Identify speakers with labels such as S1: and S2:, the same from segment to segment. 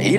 S1: 咦，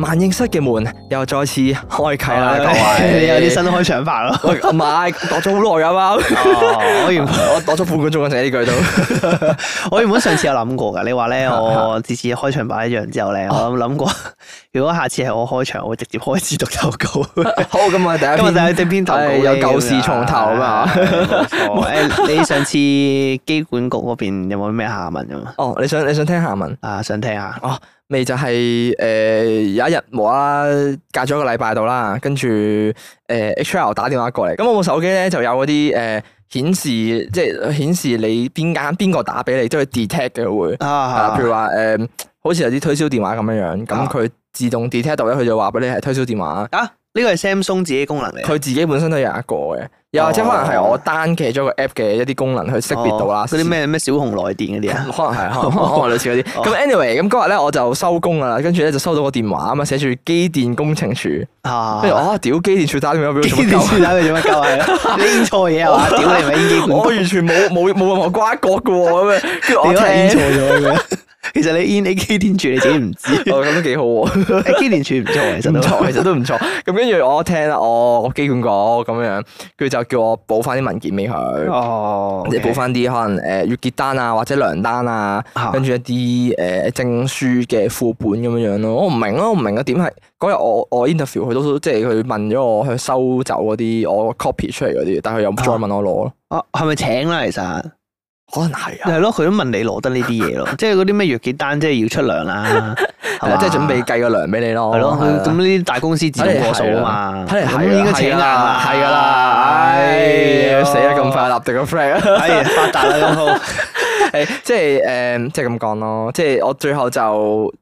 S2: 萬應室嘅門又再次開啟
S1: 啊
S2: 啦，哎各位。
S1: 你 有啲新開場白咯。
S2: 喂，唔係，度咗好耐㗎啊嘛，
S1: 哦，我原
S2: 我度咗半個鐘嘅成呢句都。
S1: 我原本上次有諗過㗎，你話咧我自此開場白一樣 之後咧，我諗過， 如果下次係我開場，我會直接開始讀投稿。
S2: 好，咁啊，第一
S1: 今日
S2: 篇
S1: 就係篇投稿
S2: 係
S1: 咧
S2: 有舊事重頭啊嘛。
S1: 係冇錯誒你上次機管局嗰邊有冇咩下文啊？嘛？
S2: 哦，你想你想聽下文？哦
S1: 啊，想聽下。
S2: 咪就係誒有一日無啦啦隔咗一個禮拜度啦，跟住誒 HR 打電話過嚟，咁我部手機咧就有嗰啲誒顯示，即係呃顯示你邊間邊個打俾你，都會 detect 嘅會。啊，
S1: 啊
S2: 譬，如話誒、好似有啲推銷電話咁樣樣，咁
S1: 啊
S2: 佢自動 detect 到咧，佢就話俾你係推銷電話。
S1: 啊，呢個係 Samsung 自己功能嚟
S2: 佢自己本身都有一個嘅，又或者
S1: 哦
S2: 可能係我單嘅咗個 app 嘅一啲功能去識別到啦。
S1: 哦嗰啲咩咩小紅來電嗰啲
S2: 可
S1: 啊
S2: 能？ 係，可能可能類似嗰啲。
S1: 哦
S2: 咁 anyway，咁嗰日咧我就收工噶啦，跟住咧就收到個電話啊嘛，寫住機電工程處，
S1: 啊
S2: 跟住我 啊屌機電處打電話俾我
S1: 機
S2: 做乜
S1: 電
S2: 鳩？
S1: 書打佢做乜鳩 啊？你演錯嘢啊！屌你咪演機
S2: 我
S1: 管局，
S2: 完全冇冇冇任何瓜葛嘅喎，咁樣跟住我
S1: 屌你演錯
S2: 聽，
S1: 咗咁樣。 其實你演你機電處你自己唔知，
S2: 哦咁都幾好喎。
S1: 誒機電處唔錯其實
S2: 唔
S1: 都。
S2: 錯，其實都唔錯。咁跟住我聽啦，哦，我機管局咁樣，跟住就叫我補翻啲文件俾佢，
S1: 哦
S2: 即係補翻啲可能誒月結單啊，或者糧單啊，跟
S1: 跟住
S2: 住一啲誒證書嘅副本咁樣樣咯。我唔明咯，我唔明嘅點係嗰日我我 interview 佢都即係佢問咗我去收走嗰啲我 copy 出嚟嗰啲，但係佢又再問我攞咯，
S1: 哦係咪請啦？其實
S2: 可能係啊。
S1: 係咯，佢都問你攞得呢啲 嘢咯，即係嗰啲咩月結單，即係要出糧啦，係
S2: 係
S1: 嘛
S2: 啦，即係準備計個糧俾你咯。
S1: 係咯，
S2: 係
S1: 佢
S2: 啦
S1: 咁呢啲大公司自動過數啊嘛，
S2: 睇嚟係啊
S1: 咁應該請啊硬啦，
S2: 係噶啦，唉，
S1: 啊
S2: 死啦咁快立定個 friend 啊
S1: 係發達啦咁好，
S2: 诶，即係诶，誒即係咁講咯，即係我最後就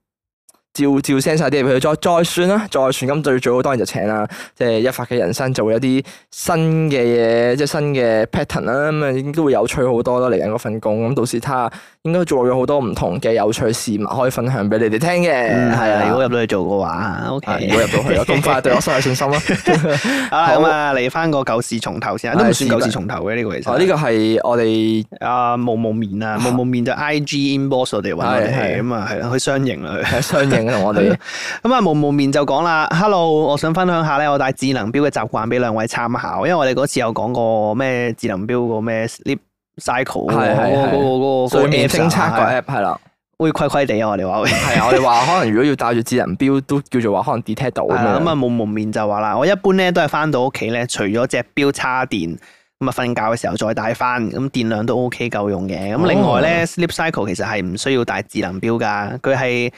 S2: 照照 send 晒啲嘢俾佢，再再算啦，再算咁最最好當然就請啦，即係一發嘅人生就會有啲新嘅嘢，即係新嘅 pattern 啦，咁啊應該會有趣好多咯。嚟緊嗰份工，咁到時睇下應該做咗好多唔同嘅有趣事物可以分享俾你哋聽嘅，
S1: 嗯
S2: 係
S1: 係啊，
S2: 啊，
S1: 如
S2: 如
S1: 果
S2: 果
S1: 入到去做嘅話
S2: 如
S1: ，OK
S2: 果。入到去啦，咁快對我失去信心啦。
S1: 好啦，咁啊嚟翻個舊事重頭先啊，都唔算舊事重頭嘅呢個其實。
S2: 哦，呢個係我哋
S1: 個啊霧霧面啊，霧霧面就 I G inbox 我哋揾我哋係咁啊，係啦，佢雙贏啦佢。
S2: 係相應嘅同我哋。
S1: 咁啊，無無面就講啦，Hello，我想分享下咧，我帶智能錶嘅習慣俾兩位參考，因為我哋嗰次有講過咩智能錶個咩 sleep cycle 嗰個
S2: 係係係
S1: 嗰個嗰個嗰個
S2: 睡眠偵測個
S1: app
S2: app 係啦，
S1: 會虧虧地啊，我哋話會。
S2: 係啊，我哋話可能如果要戴住智能錶，都叫做話可能 detect 到咁
S1: 係啦
S2: 樣。
S1: 咁啊，無無面就話啦，我一般咧都係翻到屋企咧，除咗隻錶叉電。咁啊，瞓覺嘅時候再戴翻，咁電量都 OK 夠用嘅。
S2: 哦
S1: 咁另外咧、s l e e p cycle 其實係唔需要戴智能錶㗎，佢係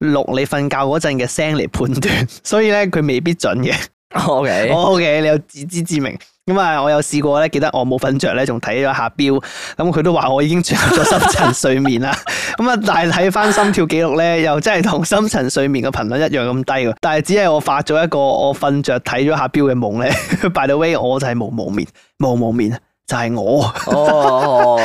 S1: 錄你瞓覺嗰陣嘅聲嚟判斷， 所以咧佢未必準嘅。
S2: O K，
S1: 哦 OK，你有自知之明。咁啊，我有試過咧，記得我冇瞓着咧，仲睇咗下表，咁佢都話我已經進入咗深層睡眠啦。 咁啊，但係睇翻心跳記錄咧，又真係同深層睡眠嘅頻率一樣咁低喎。但係只係我發咗一個我瞓着睇咗下表嘅夢咧。By the way，我就係無無眠，無無眠啊就係我。，
S2: 哦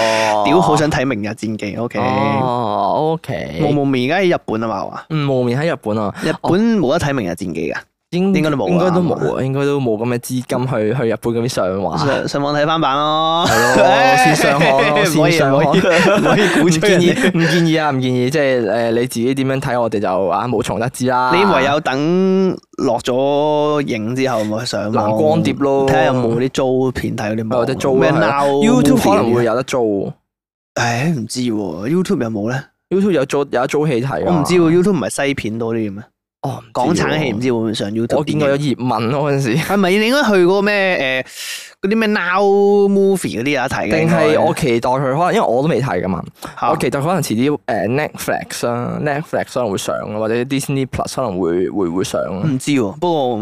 S1: 屌，好想睇《明日戰記》。OK，
S2: 哦，O
S1: 無
S2: K，
S1: 無眠而家喺日本啊嘛，係嘛
S2: 嗯，無眠喺日本啊，
S1: 日本冇得睇《明日戰記》㗎。
S2: 應
S1: 應該都冇啊
S2: 應該都冇啊，應該都冇咁嘅資金去 去日本嗰邊上 畫。
S1: 上上網睇翻版咯，
S2: 係咯 線上看咯
S1: 唔可以
S2: 線上
S1: 唔可以唔可以
S2: 唔
S1: 鼓吹啊
S2: 建
S1: 人
S2: 議，唔
S1: 哋
S2: 建議啊， 唔建議，即係誒你自己點樣睇，我哋就啊無從得知啦。
S1: 你唯有等落咗影之後咪上網
S2: 藍光碟咯
S1: 睇下有冇啲租片睇嗰啲網
S2: 或者租
S1: 咩
S2: 啊係啦
S1: Now
S2: YouTube
S1: Movie
S2: 可能會
S1: 嗰啲，
S2: 有得租
S1: 唉唔知喎，YouTube 有冇咧？
S2: ，YouTube 有租有得租戲睇啊。
S1: 我唔知喎，YouTube 唔係西片多啲嘅咩？
S2: 哦，唔知
S1: 港產戲
S2: 喎
S1: 唔知會唔會上 YouTube？
S2: 我見過有葉問咯嗰陣時，
S1: 係咪你應該去嗰個咩誒嗰啲咩 Now Movie 嗰啲有得睇嘅？
S2: 定係我期待佢可能，因為我都未睇噶嘛，
S1: 嚇
S2: 我期待可能遲啲誒 Netflix 啦，Netflix 可能會上，啊或者啊 Disney Plus 可能會會會上。
S1: 嗯唔知喎，不過唔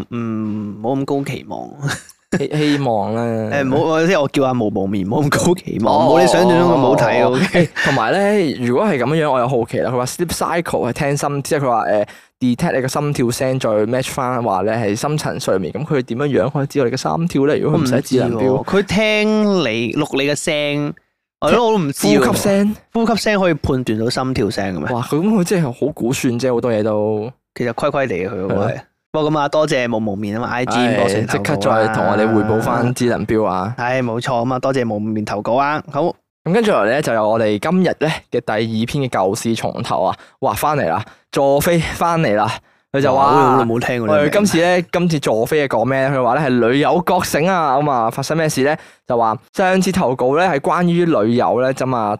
S1: 冇咁高期望。
S2: 希希望啦。
S1: 誒唔好，我即係我叫阿毛毛面，唔好咁高期望，
S2: 啊哦
S1: 冇你想象中咁好睇。
S2: 哦哦
S1: O K，
S2: 同埋咧，如果係咁樣樣，我又好奇啦。佢話 sleep cycle 係聽心，即係佢話誒 detect 你個心跳聲，再 match 翻話咧係深層睡眠。咁佢點樣樣可以知道你嘅心跳咧？如果佢唔使智能表，
S1: 喎，佢聽你錄你嘅聲，係咯，我都唔知喎
S2: 呼吸，聲，
S1: 呼吸聲可以判斷到心跳聲嘅咩？
S2: 哇！佢咁佢真係好估算啫，好多嘢都。
S1: 其實虧虧地嘅佢
S2: 係
S1: 嗰
S2: 啊
S1: 係。不過咁啊，多謝毛毛面啊嘛，I G
S2: 唉即刻再同我哋匯報翻。智能表啊！
S1: 係啊冇錯啊嘛，多謝毛毛面投稿啊。好，
S2: 咁跟住落嚟咧，就有我哋今日咧嘅第二篇嘅舊事重頭啊！哇，翻嚟啦，坐飛翻嚟啦！佢就話：
S1: 哇好耐冇聽過呢
S2: 我
S1: 個
S2: 哋
S1: 名
S2: 今次咧，今次坐飛係講咩咧？佢話咧係女友覺醒啊！咁啊，發生咩事咧？就話上次投稿咧係關於女友咧，咁啊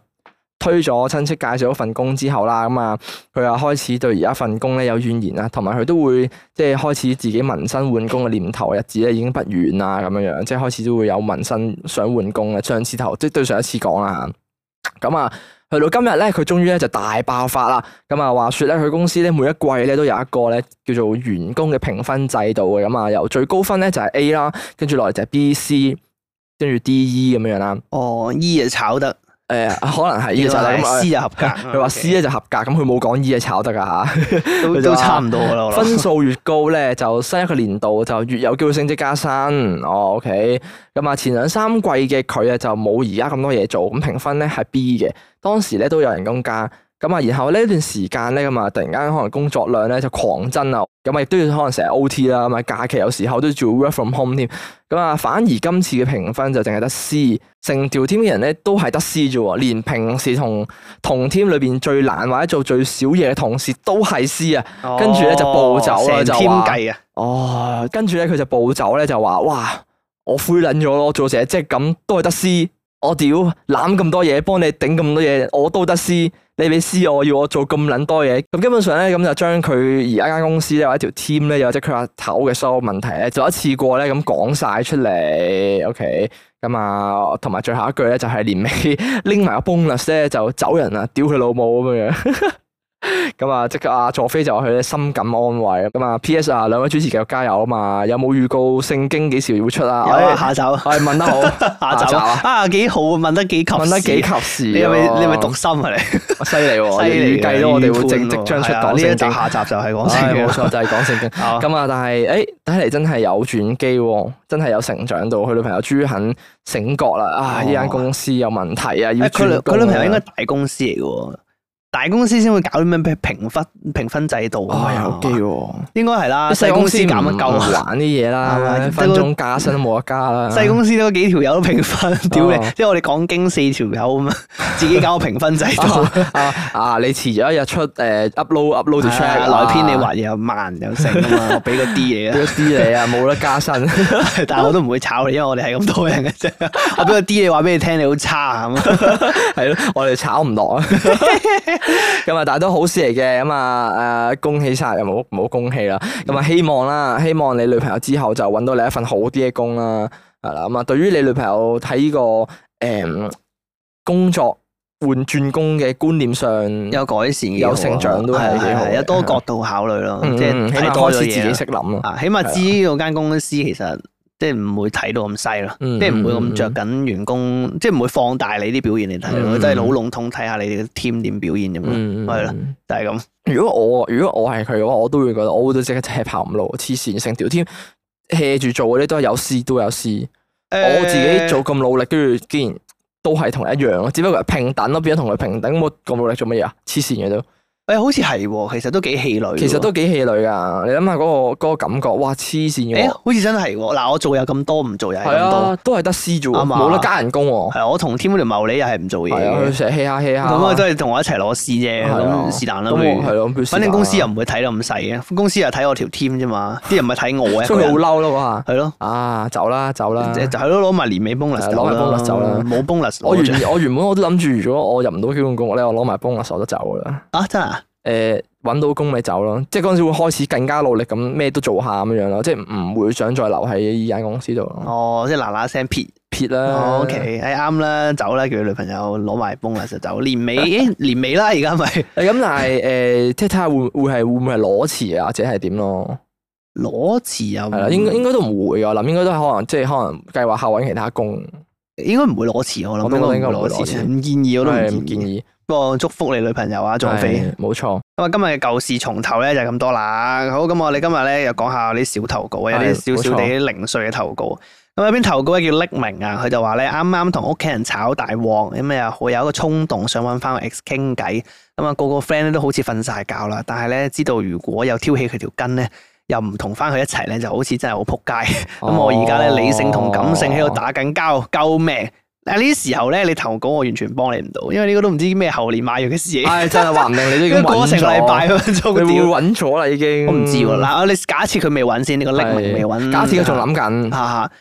S2: 推咗親戚介紹咗份工之後啦，咁啊佢啊開始對而家份工咧有怨言啦，啊同埋佢都會即係開始自己紋身換工嘅念頭，日子咧已經不遠啦咁樣樣，即係開始都會有紋身想換工嘅。上次頭即係對上一次講啦嚇，咁啊。去到今日咧，佢終於咧就大爆發啦！咁啊，話說咧，佢公司咧每一季咧都有一個咧叫做員工嘅評分制度嘅，咁啊由最高分咧就係 A 啦，跟住落嚟就係 B、C，跟住 D、E 咁樣樣啦。
S1: 哦，E 就炒得，
S2: 誒、可能係呢
S1: 原
S2: 個就係啊
S1: 來
S2: 咁啊
S1: C 就合格。
S2: 佢話 C 咧就合格，咁佢冇講 E 係炒得㗎嚇。
S1: 都
S2: 佢就
S1: 都
S2: 話
S1: 差唔多㗎啦，我諗
S2: 分數越高咧，就新一個年度就越有機會升職加薪。哦，OK，咁啊，前兩三季嘅佢啊就冇而家咁多嘢做，咁評分咧係 B 嘅。當時咧都有人工加，咁啊，然後呢段時間咧咁啊，突然間可能工作量咧就狂增啊，咁啊亦都要可能成日 OT 啦，咁啊假期有時候都要做 work from home 添。咁啊，反而今次嘅評分就淨係得 C，成條 team 嘅人咧都係得 C 啫喎，連平時同同 team 裏邊最懶或者做最少嘢嘅同事都係 C 啊。跟住咧就暴走啦
S1: 哦成
S2: 就
S1: 添
S2: 話
S1: 計啊，
S2: 哦，跟住咧佢就暴走咧就話：哇，我灰撚咗咯，做成即係咁都係得 C，我屌攬咁多嘢，幫你頂咁多嘢，我都得 C，你俾 C 我，要我做咁撚多嘢，咁基本上咧咁就將佢而家間公司咧或者條 team 咧又或者佢阿頭嘅所有問題咧，就一次過咧咁講晒出嚟，OK。咁啊，同埋最後一句咧，就係年尾拎埋個 bonus 咧就走人啦，屌佢老母咁樣樣。 咁啊，即刻啊，佐飛就話佢咧深感安慰。咁啊，P.S. 啊，兩位主持繼續加油啊嘛！有冇預告聖經幾時會出啊？
S1: 有啊
S2: 哎
S1: 下手。
S2: 我哋問得好，
S1: 下集啊，啊幾好啊，問得幾及時，
S2: 問得幾及時喎。
S1: 你係咪你係咪讀心啊你？
S2: 犀利喎？
S1: 犀利
S2: 你
S1: 啊
S2: 預計到我哋會正
S1: 預判
S2: 即
S1: 喎
S2: 將出
S1: 係啊
S2: 講
S1: 呢一
S2: 聖
S1: 集，
S2: 經。
S1: 下集就係講
S2: 唉
S1: 聖
S2: 冇
S1: 經啦。
S2: 錯，就係講聖經。
S1: 啊
S2: 咁啊，但係誒，睇嚟真係有轉機喎，真係有成長到。佢女朋友終於肯醒覺啦，啊！
S1: 哦
S2: 呢間公司有問題啊，要
S1: 誒佢女
S2: 轉工啊
S1: 佢女朋友應該大公司嚟嘅喎，大公司先會搞啲咩評分評分制度啊
S2: 啊
S1: 嘛，
S2: 有機喎。
S1: 應該係啦，
S2: 啲
S1: 啊細公司減
S2: 唔
S1: 得夠
S2: 唔
S1: 啊。
S2: 玩啲嘢
S1: 係
S2: 啦
S1: 嘛，
S2: 分鐘加薪都冇得加啦。
S1: 細公司都幾條友都評分，屌你！
S2: 哦
S1: 即係我哋講經四條友咁樣，自己搞個評分制度，
S2: 啊 啊啊！你遲咗一日出誒 upload upload 條 track
S1: 係
S2: 啊
S1: 啊內篇你畫嘢又慢又剩啊嘛，我俾個 D 你啊
S2: 俾。咗啲你啊，冇得加薪。
S1: 但係我都唔會炒你，因為我哋係咁多人嘅 啫。我俾個 D 你話俾你聽，你好差啊咁。
S2: 係咯，我哋炒唔 落啊。咁啊，但係都好事嚟嘅。咁啊，誒，恭喜晒，又冇冇恭喜啦。咁啊，希望啦，希望你女朋友之後就揾到你一份好啲嘅工啦。係啦，咁啊，對於你女朋友睇呢個誒工作換轉工嘅觀念上，
S1: 有改善 嘅，
S2: 有成長都係啊嗯幾好嘅
S1: 有多角度考慮咯，
S2: 嗯
S1: 即係
S2: 起碼
S1: 睇
S2: 開
S1: 多
S2: 始
S1: 咗
S2: 自己
S1: 嘢
S2: 識諗咯。
S1: 啊。起碼知嗰間公司其實即係唔會睇到咁細咯，
S2: 嗯
S1: 即係唔會咁着
S2: 嗯
S1: 緊員工，即係唔會放大你啲表現嚟睇
S2: 嗯
S1: 咯，即係好籠統睇下你哋嘅 team 點表現咁咯，
S2: 嗯，
S1: 係啦
S2: 嗯。
S1: 就係咁。
S2: 如果我如果我係佢嘅話，我都會覺得我會都即刻踢跑唔路，黐線成條 team hea 住做嗰啲都係有 C 都有 C，我自己做咁努力，跟住竟然都係同一樣咯，只不過係平等咯，變咗同佢平等，我咁努力做乜嘢啊？黐線嘅都，
S1: 誒，好似係喎，其實都幾氣餒喎。
S2: 其實都幾氣餒噶，你諗下嗰個嗰個感覺，哇黐線嘅
S1: 誒，
S2: 喎，
S1: 好似真係喎。嗱，我做又咁多，唔做又哎係
S2: 係
S1: 咁多。
S2: 啊，都係得 C 啫喎，
S1: 啱啊
S2: 冇得加人工喎，
S1: 係啊我同 team 條茂利又係唔做嘢
S2: 係啊，
S1: 嘅
S2: 佢。成日 hea 下 hea 下，
S1: 咁啊，都係同我一齊攞 C 啫，
S2: 係啊
S1: 咁是但啦，
S2: 咁
S1: 不
S2: 我係
S1: 如。
S2: 咯，不如
S1: 反正公司又
S2: 是
S1: 唔會睇得咁細嘅，公司又睇我條 team 啫嘛，啲人咪睇我
S2: 但
S1: 一
S2: 啦所
S1: 個
S2: 以佢好
S1: 人，
S2: 嬲咯嗰下，
S1: 係咯，
S2: 啊走啦走啦
S1: 就。係咯，攞埋年尾 bonus
S2: 係攞埋 bonus 走啦
S1: 冇 bonus
S2: 我
S1: 攞
S2: 原我原本我都諗住，如果我入唔到基本工咧，我攞埋 bonus 我都走噶啦。
S1: 啊真啊，
S2: 誒、呃搵到工咪走咯，即係嗰陣時會開始更加努力咁，咩都做下咁樣咯，即係唔會想再留喺依間公司度咯。
S1: 哦即係嗱嗱聲撇哦
S2: 撇啦
S1: ，OK，誒啱啦，走啦，叫佢女朋友攞埋 bonus 就走，年 尾誒年尾啦，而家咪
S2: 呃誒咁但係誒、即係睇下會會係會唔會係攞遲啊，或者係點咯？
S1: 裸辭又
S2: 係啦，應該應該都唔會嘅，我諗應該都係可能即係可能計劃下揾其他工，
S1: 應該唔會裸辭，我諗
S2: 我都覺得應
S1: 應該唔會
S2: 該唔會
S1: 裸
S2: 裸
S1: 辭，
S2: 辭
S1: 唔建議我都
S2: 係
S1: 唔
S2: 唔建
S1: 建議。
S2: 議。
S1: 不過祝福你女朋友啊，仲飛。
S2: 係冇錯，
S1: 咁啊，今日嘅舊事重頭咧就係咁多啦。好，咁我哋今日咧又講下啲小投稿，有
S2: 係
S1: 啲少少
S2: 冇錯
S1: 地零碎嘅投稿。咁有篇投稿咧叫匿名啊，佢就話咧啱啱同屋企人炒大鑊，咁啊好有一個衝動想揾翻個 ex 傾偈，咁啊個個 friend 咧都好似瞓晒覺啦，但係咧知道如果又挑起佢條筋咧，又唔同翻佢一齊咧，就好似真係好撲街。 咁、
S2: 哦
S1: 我而家咧理性同感性喺度打緊交，救命！但係呢啲時候咧，你投稿我完全幫你唔到，因為呢個都唔知咩後年買藥嘅事嚟。
S2: 唉，真係話唔定你都已經
S1: 已 過
S2: 揾
S1: 成禮拜
S2: 咗，
S1: 分
S2: 你
S1: 鐘
S2: 會
S1: 屌，
S2: 揾咗啦已經。
S1: 我唔知喎。嗱，我哋假設佢未揾先，呢個匿名未揾，
S2: 係假設佢仲諗緊，
S1: 下下。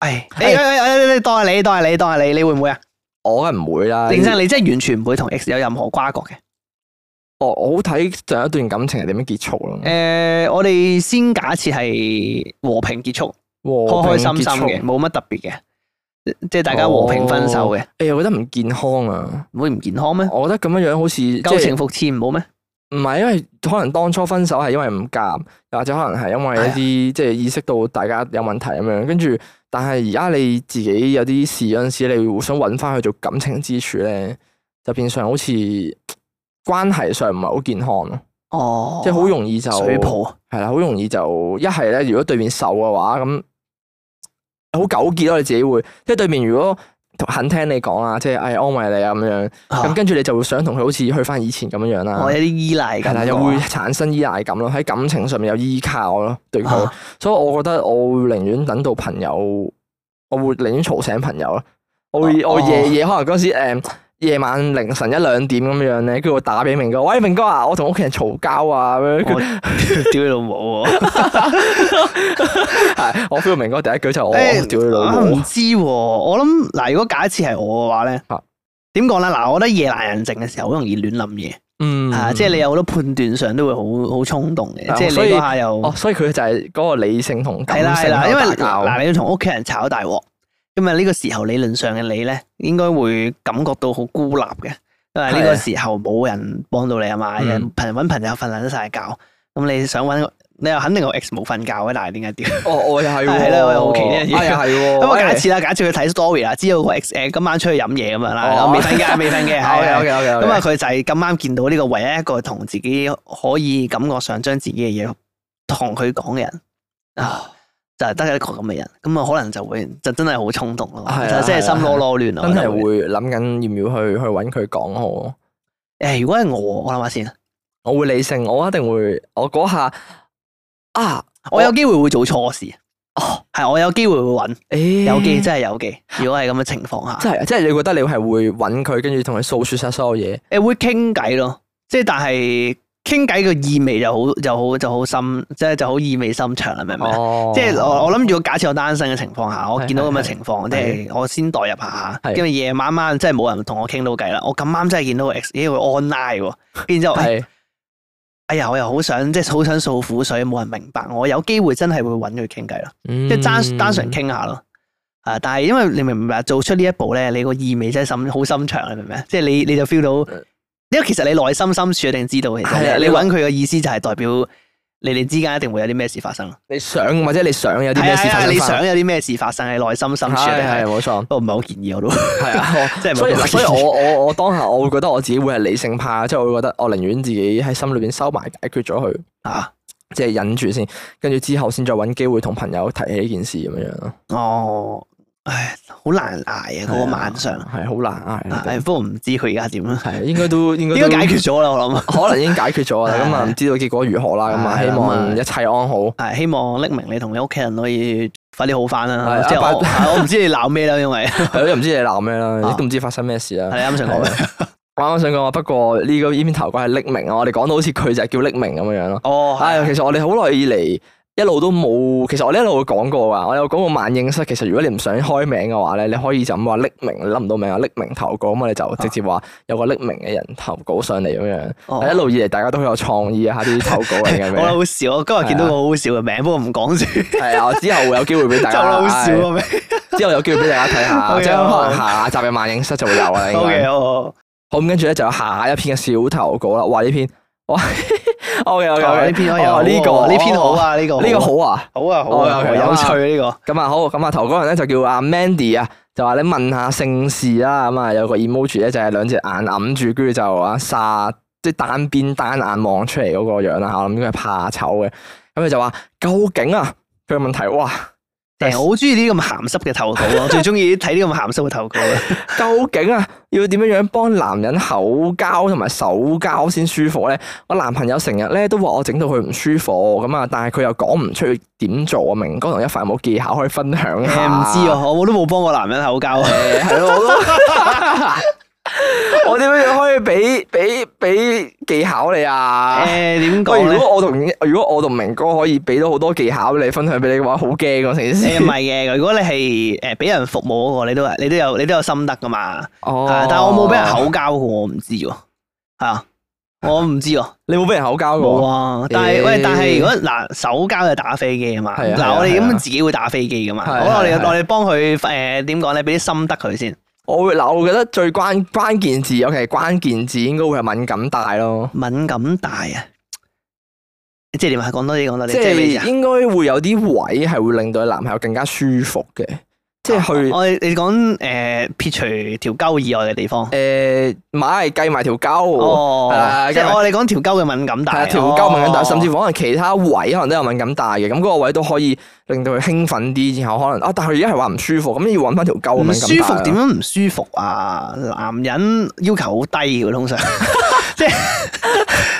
S1: 唉，你哎你你當係你，當係你，當係你，你會唔會啊？
S2: 我梗唔會啦。
S1: 認真，你真係完全唔會同 X 有任何瓜葛嘅。
S2: 我我好睇上一段感情係點樣結束咯。嗯
S1: 誒，我哋先假設係和平結束，
S2: 和
S1: 開開
S2: 平
S1: 心心
S2: 結束哦
S1: 嘅，冇乜特別嘅，即係大家和平分手嘅，
S2: 誒，哎我覺得唔健康啊！
S1: 會唔健康咩？
S2: 我覺得咁樣樣好似即
S1: 舊
S2: 係
S1: 情復熾唔好咩？
S2: 唔係，因為可能當初分手係因為唔夾，又或者可能係因為
S1: 係啊
S2: 一啲即係意識到大家有問題咁樣，跟住但係而家你自己有啲事嗰陣時，你會想揾翻去做感情支柱咧，就變相好似關係上唔係好健康咯，
S1: 哦，
S2: 即係好容易就
S1: 水泡，
S2: 係啦，好容易就一係咧，如果對面瘦嘅話，咁好糾結咯，你自己會即係對面如果肯聽你講啊，即係唉安慰你啊咁樣，咁
S1: 啊
S2: 跟住你就會想同佢好似去翻以前咁樣樣啦。
S1: 我有啲依賴
S2: 係
S1: 感
S2: 啦，
S1: 覺，
S2: 又會產生依賴感咯，喺感情上面有依靠咯，對佢，
S1: 啊
S2: 所以我覺得我會寧願等到朋友，我會寧願嘈醒朋友咯，我會、
S1: 哦
S2: 我夜夜可能嗰時誒。夜晚凌晨一兩點咁樣咧，跟住我打俾明哥，喂明哥啊，我同屋企人嘈交啊咁樣，
S1: 我屌你老母喎！
S2: 係我 feel 明哥第一句就我
S1: 誒
S2: 我屌你老
S1: 啊
S2: 母
S1: 唔，知喎，我諗嗱，如果假設係我嘅話咧
S2: 啊，
S1: 點講咧？嗱，我覺得夜闌人靜嘅時候好容易亂諗嘢，
S2: 嗯，
S1: 啊，即係你有好多判斷上都會好好衝動嘅，
S2: 啊
S1: 即係
S2: 所以
S1: 你嗰下又
S2: 哦，所以佢就係嗰個理性同感
S1: 係啦係
S2: 性
S1: 啦，因為
S2: 喺度打交
S1: 嗱，你要同屋企人炒大鑊，咁啊呢個時候理論上嘅你咧，應該會感覺到好孤立嘅，因為呢個時候冇人幫到你啊嘛，
S2: 嗯
S1: 人朋揾朋友瞓撚晒覺，咁你想揾你又肯定個 ex 冇瞓覺嘅，但係點解屌？
S2: 哦，我又係喎，
S1: 係啦我又好奇呢樣嘢
S2: 哎呀係喎，
S1: 咁啊，假
S2: 哎
S1: 設啦，假設佢睇 story 啦，知道個 ex 誒今晚出去飲嘢咁樣啦，
S2: 哦
S1: 我未瞓嘅，未瞓 嘅，係係
S2: OK OK OK，
S1: 咁啊，佢就係咁啱見到呢個唯一一個同自己可以感覺上將自己嘅嘢同佢講嘅人啊，
S2: 哦
S1: 就係得一個咁嘅人，咁啊可能就會就真係好衝動咯，
S2: 係啊
S1: 就真係心囉囉亂啊咯，
S2: 真係
S1: 我覺
S2: 會諗緊要唔要去去揾佢講好。
S1: 得會。誒，如果係我，我諗下先，啊
S2: 我會理性，我一定會，我嗰下啊，
S1: 我有機會會做錯事，
S2: 哦，
S1: 係我有機會會揾，
S2: 誒
S1: 有機真係有機。如果係咁嘅情況下，
S2: 真係，即係你覺得你係會揾佢，跟住同佢訴説晒所有嘢，
S1: 誒會傾偈咯，即係但係傾偈個意味就好就好就好深，即係就好意味深長啦，明唔明啊？
S2: 哦
S1: 即係我我諗住，假設我單身嘅情況下，我
S2: 係
S1: 見到咁嘅
S2: 係
S1: 情況，
S2: 係
S1: 即係我先代入下下，
S2: 係
S1: 因為夜晚晚真係冇人同我傾到偈啦。我咁啱真係見到個 ex，咦佢 online 喎，跟住之後，哎
S2: 係
S1: 哎呀，我又好想即係好想訴苦水，冇人明白我，有機會真係會揾佢傾偈咯，
S2: 即
S1: 即係單單純傾下咯。啊！但係因為你明唔明白，做出呢一步咧，你個意味真係深好深長，你明唔明啊？即係你你就 feel 到，因為其實你內心深處一定知道，其
S2: 係
S1: 實
S2: 啊
S1: 你
S2: 你
S1: 你
S2: 話
S1: 揾佢嘅意思就係代表你哋之間一定會有啲咩事發生。
S2: 你想或者你想有啲咩事
S1: 係啊
S2: 發
S1: 係啊
S2: 生
S1: 你
S2: 翻，
S1: 想有啲咩事發生喺內心深處
S2: 係啊係
S1: 咧？
S2: 冇錯，
S1: 不過唔係好建議我都。
S2: 係啊，
S1: 即係冇
S2: 所以
S1: 咁
S2: 所以我我我當下我會覺得我自己會係理性派，即係我會覺得我寧願自己喺心裏邊收埋解決咗佢，
S1: 啊，
S2: 即係忍住先，跟住之後先再揾機會同朋友提起呢件事咁樣樣咯。
S1: 哦，唉，好難捱啊！嗰個晚上，
S2: 係好難捱。
S1: 唉，不過唔知佢而家點啦，
S2: 係應該 都應該
S1: 啊應
S2: 都
S1: 該解決咗啦，我諗。
S2: 可能已經解決咗 啦，
S1: 係
S2: 咁啊唔知道結果如何啦，咁啊
S1: 係
S2: 希
S1: 啦咁啊
S2: 望一切安 好。
S1: 係希望匿名你同你屋企人可以快啲好翻啦
S2: 係。
S1: 即係我
S2: 阿伯
S1: 啊我唔知你鬧咩啦，因為係
S2: 係咯，又唔知你鬧咩啦，
S1: 啊
S2: 亦都唔知發生咩事
S1: 你
S2: 啦。
S1: 啱想講咩？
S2: 我啱啱想講話，啊不過呢個呢篇投稿係匿名啊，我哋講到好似佢就係叫匿名咁樣樣咯。
S1: 哦
S2: 唉，啊其實我哋好耐以嚟一路都冇，其實我哋一路講過㗎，我有講過萬應室。其實如果你唔想開名嘅話咧，你可以就咁話匿名，你諗唔到名啊，匿名投稿，咁我哋就直接話有個匿名嘅人投稿上嚟咁樣。
S1: 哦
S2: 一路以嚟大家都好有創意啊，啲投稿嚟嘅
S1: 好啦，
S2: 咩？
S1: 好笑！ 我今
S2: 啊
S1: 日見到個好好笑嘅名，不過唔講住，真
S2: 係啊，之後會有機會俾大
S1: 係
S2: 家。
S1: 好笑
S2: 唉
S1: 個名。
S2: 之後有機會俾大家睇下，
S1: OK，
S2: 即係可能
S1: 好啊
S2: 下集嘅萬影室就會有啦。應
S1: O K，
S2: 該
S1: 好好
S2: 好咁，跟住咧就有下一篇嘅小投稿啦。哇！呢篇哇 O K O K
S1: 哦呢篇哎呀
S2: 呢
S1: 好
S2: 個
S1: 啊呢篇好，啊，呢個
S2: 呢個好啊。
S1: 好啊，好啊，
S2: 哦
S1: 好
S2: 有
S1: 有
S2: 啊
S1: 趣呢個。
S2: 咁啊好，咁啊頭嗰人咧就叫阿 Mandy 啊，就話你問下姓氏啦，咁啊有個 emoji 咧就係兩隻眼揞住，跟住就啊煞，即係單邊單眼望出嚟嗰個樣啦嚇，我諗應該係怕醜嘅。咁佢就話究竟啊佢嘅問題，哇！真係
S1: 誒我好中意呢啲咁鹹濕嘅投稿啊 咯，我最中意睇呢咁鹹濕嘅投稿啦。
S2: 究竟啊，要點樣樣幫男人口交同埋手交先舒服咧？我男朋友成日咧都話我整到佢唔舒服咁啊，但係佢又講唔出佢點做啊。明哥同一凡有冇技巧可以分享
S1: 誒
S2: 下？
S1: 唔 知啊，我都冇幫過男人口交。啊
S2: 誒，係咯，我 都 我點樣可以俾俾俾技巧你啊？
S1: 誒點
S2: 喂，
S1: 講
S2: 如
S1: 咧？
S2: 果我同如果我同明哥可以俾到好多技巧你分享俾你嘅話，好驚啊！成件事
S1: 誒唔係嘅，如果你係誒俾人服務嗰個，你都你都有你都有心得噶嘛。
S2: 哦
S1: 啊但係我冇俾人口交過，我唔知喎。係啊，我唔知喎。
S2: 你冇俾人口交
S1: 冇
S2: 過，
S1: 啊！但係
S2: 咦
S1: 喂，但係如果嗱手交就打飛機啊嘛，
S2: 係啊係
S1: 嗱
S2: 啊
S1: 我哋
S2: 係
S1: 咁
S2: 啊
S1: 自己會打飛機噶嘛，
S2: 係
S1: 好
S2: 啊
S1: 啦我哋
S2: 係啊
S1: 我哋幫佢誒點講咧，俾啲心得佢先，
S2: 我會嗱，我覺得最關關鍵字，OK，關鍵字應該會係敏感帶咯，
S1: 敏感大啊，即係點啊？講多啲，講多啲，
S2: 即
S1: 即係咩意思
S2: 係
S1: 啊
S2: 應該會有啲位係會令到你男朋友更加舒服嘅，即係去
S1: 我哋你講誒撇除條溝以外嘅地方，
S2: 誒買計埋條鳩，係
S1: 哦
S2: 啊，
S1: 即
S2: 因
S1: 係
S2: 為
S1: 我哋講條溝嘅敏感
S2: 係
S1: 大
S2: 啊
S1: 啊，
S2: 條鳩敏感帶，
S1: 哦
S2: 甚至乎可能其他位可能都有敏感帶嘅，咁嗰個位都可以令到佢興奮啲，然後可能啊，但係佢而家係話唔舒服，咁要揾翻條鳩嘅
S1: 唔
S2: 敏感帶
S1: 舒
S2: 啊
S1: 服點樣唔舒服啊？男人要求好低 嘅通常，即係